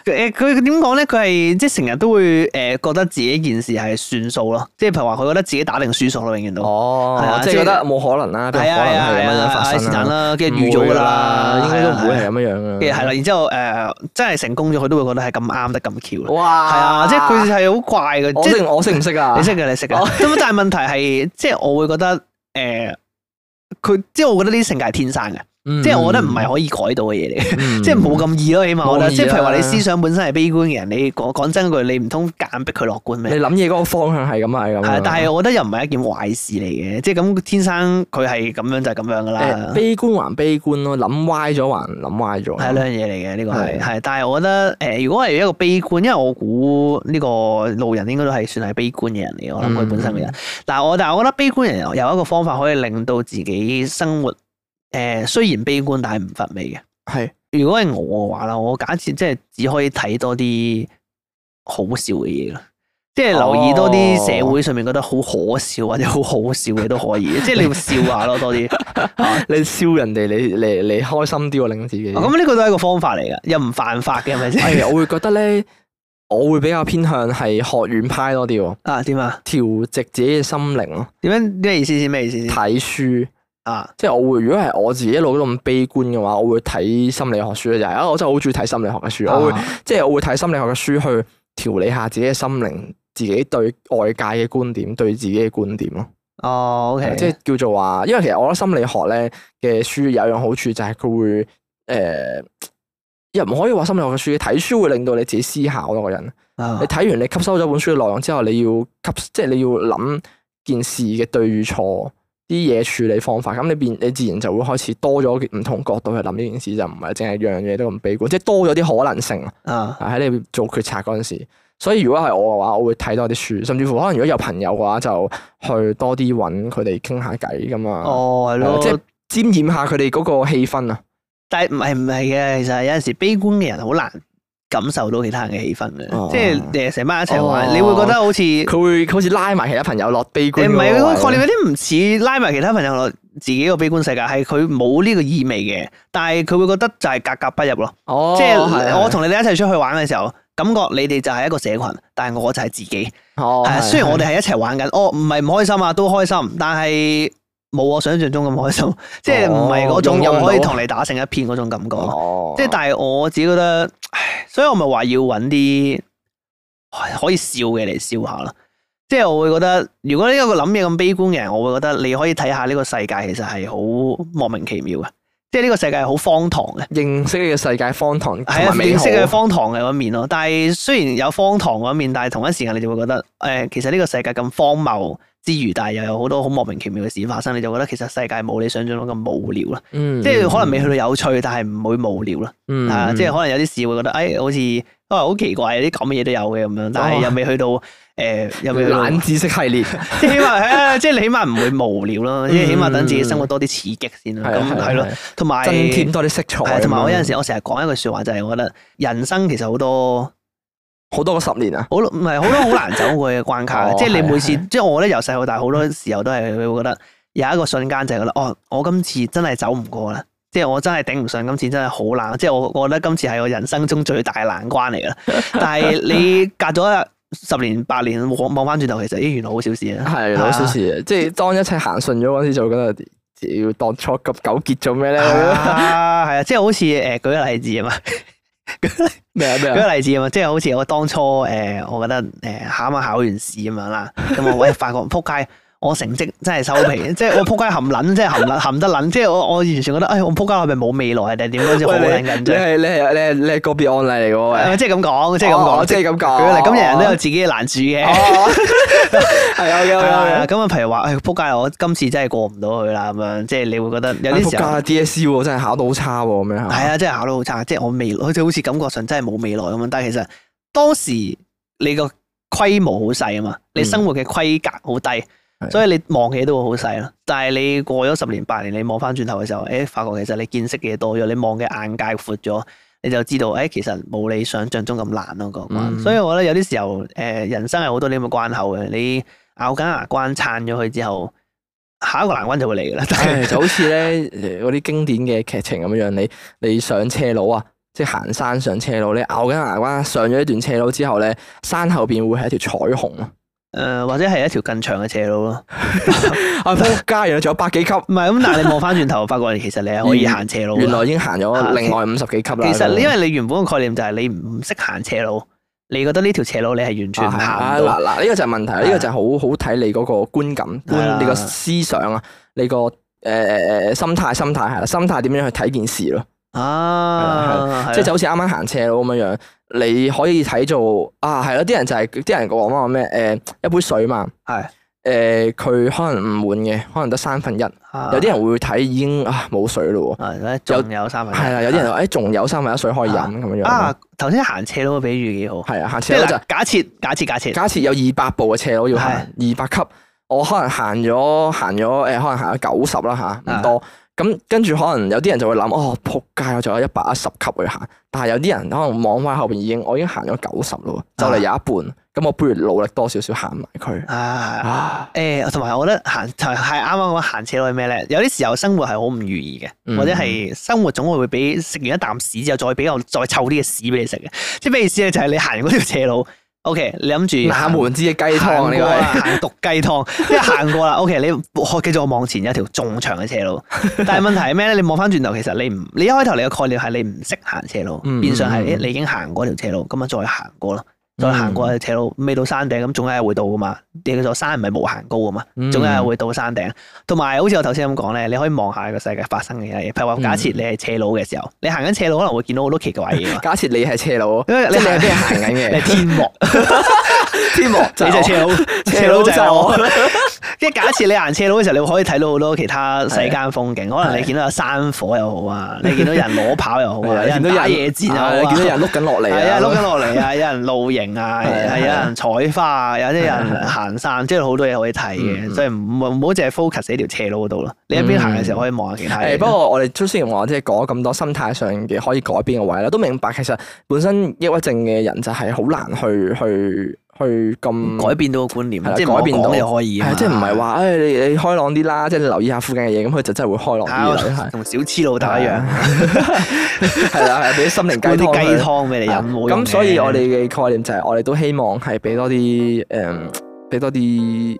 S1: 佢佢點講咧？佢係即係成日都會誒、覺得自己件事係算數咯。即係譬如話，佢覺得自己打定輸數咯，永遠都。係
S2: 哦
S1: 啊，
S2: 即係
S1: 即係
S2: 覺得冇可能啦，邊
S1: 係
S2: 有
S1: 啊
S2: 可
S1: 係
S2: 能
S1: 啊
S2: 係
S1: 係
S2: 咁樣
S1: 啊，
S2: 發
S1: 唉是
S2: 生
S1: 但
S2: 啊？
S1: 啦，跟住
S2: 唔會
S1: 預咗㗎啦，
S2: 應該都唔會
S1: 係
S2: 係咁
S1: 啊。
S2: 樣樣嘅。
S1: 跟住係啦，然之後誒，真係成功咗，佢都會覺得係咁啱得咁巧。
S2: 哇！
S1: 係啊，即係佢係好怪嘅，
S2: 我
S1: 即係
S2: 識我識唔識啊？
S1: 你識嘅，你識嘅。
S2: 哦
S1: 咁但係問題係，即係我會覺得誒，佢、即係我覺得呢啲性格係天生嘅，
S2: 嗯，
S1: 即係我覺得唔係可以改到嘅嘢嚟嘅。
S2: 嗯
S1: 即係冇咁易咯，起碼我覺
S2: 冇咁
S1: 得，
S2: 易啊
S1: 即係譬如話
S2: 啦
S1: 你思想本身係悲觀嘅人，你講講真句，你唔通夾硬逼佢樂觀
S2: 你
S1: 咩？
S2: 諗嘢嗰個方向係咁啊，係咁啊。
S1: 係，但係我覺得又唔係一件壞事嚟嘅，即係咁天生佢係咁樣就係咁樣噶啦
S2: 誒，悲觀還悲觀咯，諗歪咗還諗歪咗。
S1: 啊係兩啊樣嘢嚟嘅呢個
S2: 係
S1: 係係，但係我覺得誒，如果係一個悲觀，因為我估呢個路人應該都係算係悲觀嘅人嚟，我諗
S2: 嗯
S1: 佢本身嘅人。嗱，我但係我覺得悲觀人有一個方法可以令到自己生活誒、呃，雖然悲觀，但係唔乏味嘅。
S2: 係
S1: 如果係我嘅話啦，我假設即係只可以睇多啲好笑嘅嘢啦，即係留意多
S2: 哦
S1: 啲社會上面覺得好可笑或者好好笑嘅都可以， 即係你要笑下咯多啲。
S2: 你笑人哋，你你你開心啲喎，令自己。
S1: 哦 咁呢個都係一個方法嚟嘅，又唔犯法嘅係咪先？
S2: 係，啊我會覺得咧，我會比較偏向係學院派多啲喎，
S1: 啊點啊？
S2: 調直自己嘅心靈咯，
S1: 點樣咩意思先？咩意思先？
S2: 睇書。
S1: 啊，
S2: 即係我會，如果係我自己一路都咁悲觀嘅話，我會睇心理學書咧，就係啊，我真係好中意睇心理學嘅書，
S1: 啊
S2: 我會即係我會睇心理學嘅書去調理下自己嘅心靈，自己對外界嘅觀點，對自己嘅觀點咯。
S1: 哦，OK，
S2: 即係叫做話，因為其實我覺得心理學咧嘅書有一樣好處就係佢會誒、呃又唔可以話心理學嘅書，睇書會令到你自己思考咯。個人
S1: 啊
S2: 你睇完你吸收咗本書嘅內容之後，你要吸即係你要諗件事嘅對與錯。啲嘢處理方法，咁你變你自然就會開始多咗唔同角度去諗呢件事，就唔係淨係樣樣嘢都咁悲觀，即係多咗啲可能性啊！
S1: 啊，
S2: 喺你做決策嗰陣時，所以如果係我嘅話，我會睇多啲書，甚至乎可能如果有朋友嘅話，就去多啲揾佢哋傾下偈咁啊，
S1: 哦
S2: 係
S1: 係
S2: 啊
S1: 咯，
S2: 即係沾染下佢哋嗰個氣氛啊。
S1: 但係唔係唔係嘅，其實有陣時悲觀嘅人好難感受到其他人嘅氣氛嘅，
S2: 哦
S1: 即係誒成班一齊玩，
S2: 哦
S1: 你會覺得好似誒
S2: 佢會好似拉埋其他朋友落悲觀嗰
S1: 唔
S2: 個位
S1: 係
S2: 啊。
S1: 嗰個概念有啲唔似拉埋其他朋友落自己個悲觀世界，係佢冇呢個意味嘅，但係佢會覺得就係格格不入咯。
S2: 哦，
S1: 即
S2: 係
S1: 係
S2: 啊
S1: 我同你哋一齊出去玩嘅時候，感覺你哋就係一個社群，但係我就係自己。
S2: 哦，
S1: 係啊，
S2: 係
S1: 雖然我哋係一齊玩緊，哦，唔係唔開心啊，都開心，但係冇我想象中咁開心，即係唔係嗰種
S2: 融入唔哦
S1: 又
S2: 到
S1: 可以同你打成一片嗰種感覺。
S2: 哦，
S1: 即係但係我自己覺得，唉所以我咪話要揾啲唉可以笑嘅嚟笑下咯。即係我會覺得，如果呢一個諗嘢咁悲觀嘅人，我會覺得你可以睇下呢個世界其實係好莫名其妙嘅，即係呢個世界係好荒唐嘅。
S2: 認識呢個世界荒唐同
S1: 係啊，
S2: 埋美
S1: 認
S2: 好
S1: 識佢荒唐嘅嗰一面咯。但係雖然有荒唐嗰一面，但係同一時間你就會覺得，誒、其實呢個世界咁荒謬之餘，但係又有好多好莫名其妙嘅事發生，你就覺得其實世界冇你想象中咁無聊啦。
S2: 嗯
S1: 即係可能未去到有趣，但係唔會無聊啦。
S2: 嗯
S1: 係啊，
S2: 嗯
S1: 即係可能有啲事會覺得，誒、好似啊好奇怪，有啲咁嘅嘢都有嘅咁樣，但
S2: 哦
S1: 係又未去到 誒、又未去到，
S2: 冷知識系 列，
S1: 即係起碼 係啊，即係你起碼唔會無聊咯，即係起碼等自己生活多啲刺激先啦。
S2: 嗯係啊
S1: 咁係咯
S2: 係啊係啊，
S1: 同埋
S2: 增添多啲色彩咁樣。
S1: 係，同埋我有陣時，我成日講一句説話，就係我覺得人生其實好多
S2: 好多個十年啊，
S1: 好唔係好多好難 走過嘅關卡嘅，
S2: 哦
S1: 即係你每次
S2: 係
S1: 即係我覺得由細到大好多時候都係會覺得有一個瞬間就係覺得哦，我今次真係走唔過啦。即係我真係頂唔順，今次真係好難。即係我，我覺得今次係我人生中最大嘅難關嚟㗎啦。 但係你隔咗十年八年望望翻轉頭，其實咦原來好小事啊。
S2: 係好小事嘅，即係當一切行順咗嗰陣時，就會覺得自己要當初咁糾結做咩咧？
S1: 啊，係啊，即係好似誒舉個例子啊嘛，
S2: 咩啊咩
S1: 舉
S2: 啊？
S1: 個例子啊嘛，即係好似我當初誒、呃我覺得誒考咪考完試咁 樣啦，咁我喂發覺撲街。我成績真係收皮， 即係我撲街含撚，即係 含撚含得撚，即係我我完全覺得，哎，我撲街係咪冇未來定係點？嗰時好
S2: 喂
S1: 撚
S2: 你
S1: 緊
S2: 你
S1: 張，
S2: 係你係你係你係個別案例嚟嘅
S1: 係咪
S2: 喎，
S1: 即係咁 講，即係咁
S2: 哦
S1: 講，
S2: 即係咁講
S1: 舉個例，咁人人都有自己嘅難處嘅。
S2: 哦，係啊，有有
S1: 係啊
S2: 有。
S1: 咁啊，譬如話，哎，撲街，我今次真係過唔到去啦，咁樣，即係你會覺得有啲時候
S2: 哎仆。街 DSE 喎，真係考到好差喎，咁樣係嘛
S1: 係啊，真係考得好差，即係我未來，好似好似感覺上真係冇未來咁樣。但係其實當時你個規模好細啊嘛，你生活嘅規格好低，
S2: 係
S1: 所以你望嘅嘢都會好細咯。但係你過咗十年八年，你望翻轉頭嘅時候，誒、發覺其實你見識嘅嘢多咗，你望嘅眼界闊咗，你就知道，誒、其實冇你想象中咁難咯、個關。
S2: 嗯
S1: 所以我覺得有啲時候，誒、人生係好多呢咁嘅關口嘅，你。咬緊牙關撐咗佢之後，下一個難關就會嚟噶啦。但係
S2: 唉就好似咧誒嗰啲經典嘅劇情咁樣樣，你你上斜路啊，即係行山上斜路，你咬緊牙關上咗一段斜路之後咧，山後邊會係一條彩虹啊！
S1: 誒、或者係一條更長嘅斜路咯。
S2: 啊仆街，原來仲有百 幾級，
S1: 唔係咁，但係你望翻轉頭，發覺其實你係可以行斜路㗎。
S2: 原來已經行咗另外五十幾級啦。
S1: 啊其實因為你原本嘅概念就係你唔識行斜路，你覺得呢條斜路你係完全
S2: 啊
S1: 唔
S2: 係
S1: 行
S2: 啊
S1: 唔
S2: 嗱
S1: 到。啊
S2: 嗱，呢個就係問題啦，呢個就係好好睇你嗰個觀感、
S1: 係啦
S2: 觀你個思想啊，你個誒誒誒心態、心態係啦，心態點樣去睇件事咯？
S1: 啊，
S2: 即係
S1: 係
S2: 就
S1: 啦
S2: 好似啱啱行斜路咁樣樣，你可以睇做啊，係咯，啲人就係、啲人講話咩誒一杯水嘛，
S1: 係
S2: 誒佢、可能唔滿嘅，可能得三分一，有
S1: 啊
S2: 啲人會睇已經啊冇水咯
S1: 啊咧仲有三
S2: 喎，
S1: 分一
S2: 係啊啦，有啲人話誒哎仲有三分一水可以飲咁樣樣，
S1: 啊，頭先行斜路嘅比喻幾好，
S2: 係啊，行
S1: 即
S2: 斜
S1: 係
S2: 路就
S1: 嗱假設假設假設
S2: 假設有二百步嘅斜路要行，
S1: 係
S2: 二百級，我可能行咗行咗誒，可能行咗九十啦
S1: 啊
S2: 吓，唔多。咁跟住可能有啲人就會諗，哦，仆街，我仲有一百一十級去行。但係有啲人可能望翻後邊已經，我已經行咗九十咯，就嚟有一半。咁我不如努力多少少行埋佢
S1: 啊。
S2: 啊！
S1: 誒，同埋我覺得行就係啱啱講行斜路係咩咧？有啲時候生活係好唔如意嘅，
S2: 嗯
S1: 或者係生活總會會俾食完一啖屎之後，再俾我再臭啲嘅屎俾你食嘅。即係咩意思咧？就係你行完嗰條斜路，OK，你諗住
S2: 冷門之嘅雞
S1: 行過啊
S2: 湯呢個
S1: 啦
S2: 係
S1: 行 毒雞湯，即係行過啦。OK，你 我繼續往前有一條仲長嘅斜路，但係問題係咩咧？你望翻轉頭，其實你唔，你一開頭你嘅概念係你唔識行斜路，
S2: 嗯
S1: 變相係
S2: 嗯
S1: 誒你已經行過條斜路，咁啊再行過咯。再行過條斜路，未到山頂咁，總有一日會到噶嘛。你個座山唔係無限高噶嘛，
S2: 嗯
S1: 總有一日會到山頂。同埋好似我頭先咁講咧，你可以望下呢個世界發生嘅嘢。譬如話，假設你係斜路嘅時候，你行緊斜路可能會見到好多奇怪
S2: 。
S1: 嘢嘛
S2: 假設你係斜路，即
S1: 因為
S2: 係
S1: 你
S2: 你係
S1: 行
S2: 邊行緊
S1: 你係
S2: 嘅？
S1: 天幕，
S2: 天 幕
S1: 你就係斜路，斜路就係我
S2: 斜。
S1: 即係假設你行斜路嘅時候，你可以睇到好多其他世間風景。可能你見到有山火又好啊，你見到人裸跑又好
S2: 係
S1: 啊，
S2: 啊
S1: 有人
S2: 見到
S1: 打
S2: 人
S1: 野戰又好
S2: 啊你
S1: 啊，
S2: 見到人碌緊落嚟啊，
S1: 係啊，碌緊落嚟啊，有人露營啊，
S2: 係啊
S1: 係有
S2: 係啊
S1: 人採花啊，有啲人行山，即係好多嘢可以睇
S2: 嗯
S1: 嘅。所以唔好唔好淨係 focus 喺條斜路嗰度咯。你一邊行嘅時候可以望下其他
S2: 誒、
S1: 嘢。
S2: 嗯不過我哋都雖然話即係講咗咁多心態上嘅可以改變嘅位啦，都明白其實本身抑鬱症嘅人就係好難去去去咁
S1: 改變到個觀念
S2: 嗯
S1: 啊
S2: 係啦，
S1: 即係改
S2: 改變
S1: 變
S2: 到
S1: 到又可以啊嘛。
S2: 係 即係唔係話誒你你開朗啲啦，即係你留意下附近嘅嘢，咁佢就真係會開朗啲啦
S1: 係，啊同小痴老豆一 樣，
S2: 係啦，係俾啲心 靈
S1: 灌
S2: 雞
S1: 啲
S2: 湯
S1: 雞
S2: 佢。啊
S1: 湯啊俾你飲。冇用
S2: 咁所以
S1: 嘅
S2: 我哋嘅概念就係我哋都希望係俾多啲誒，俾多啲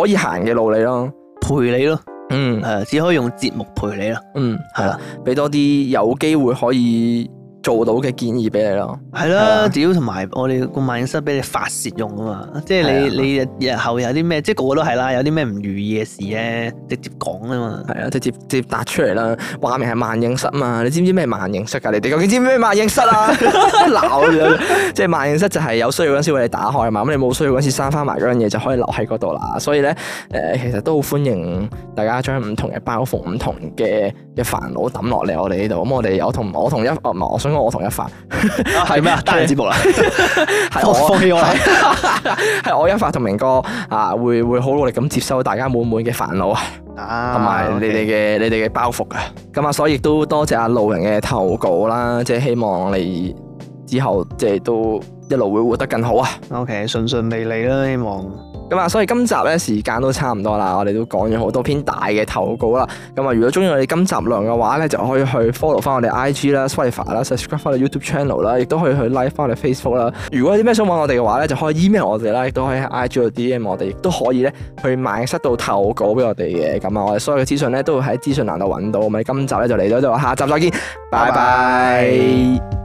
S2: 可以行嘅路你咯。
S1: 陪你咯，
S2: 嗯
S1: 誒，只可以用節目陪你咯。
S2: 嗯，係
S1: 係啊
S2: 啦
S1: 啦，
S2: 俾多啲有機會可以做到嘅建議俾你咯。
S1: 係
S2: 係啊
S1: 啦，屌同埋我哋個萬應室俾你發泄用啊嘛，即係
S2: 係啊
S1: 你你日日後有啲咩，即係個個都係啦，有啲咩唔如意嘅事咧，直接講啊嘛。
S2: 係啊，直接直接答出嚟啦，話明係萬應室嘛，你知唔知咩萬應室啊㗎？你哋究竟知唔知咩萬應室 啊？鬧你，啊即係萬應室就係有需要嗰陣時為你打開嘛，咁你冇需要嗰陣時閂翻埋嗰樣嘢就可以留喺嗰度啦。所以咧，誒、其實都好歡迎大家將唔同嘅包袱、唔同嘅嘅煩惱抌落嚟我哋呢度。咁我哋我同我同一，哦唔係，我想講我同一發，
S1: 係咩啊？單人節目啦，
S2: 係我
S1: 放棄我啦
S2: 係我一發同明哥啊，會會好努力咁接收大家滿滿嘅煩惱啊！同
S1: 同
S2: 埋你哋嘅你哋嘅包袱啊。咁啊，所以都多謝阿路人嘅投稿啦，即係希望你之後即係都一路會活得更好啊。
S1: OK 順順利利啦，希望
S2: 咁啊，所以今集咧時間都差唔多啦，我哋都講咗好多篇大嘅投稿啦。咁啊，如果中意我哋今集內容嘅話咧，就可以去 follow 翻我哋 IG 啦、Spotify 啦、subscribe 翻我哋 YouTube channel 啦，亦都可以去 like 翻我哋 Facebook 啦。如果有啲咩想揾我哋嘅話咧，就可以 email 我哋啦，亦都可以喺 IG 度 DM 我哋，亦都可以咧去萬應室度投稿俾我哋嘅。咁啊，我哋所有嘅資訊咧都會喺資訊欄度揾到。咁我哋今集咧就嚟到呢度，下集再見，拜拜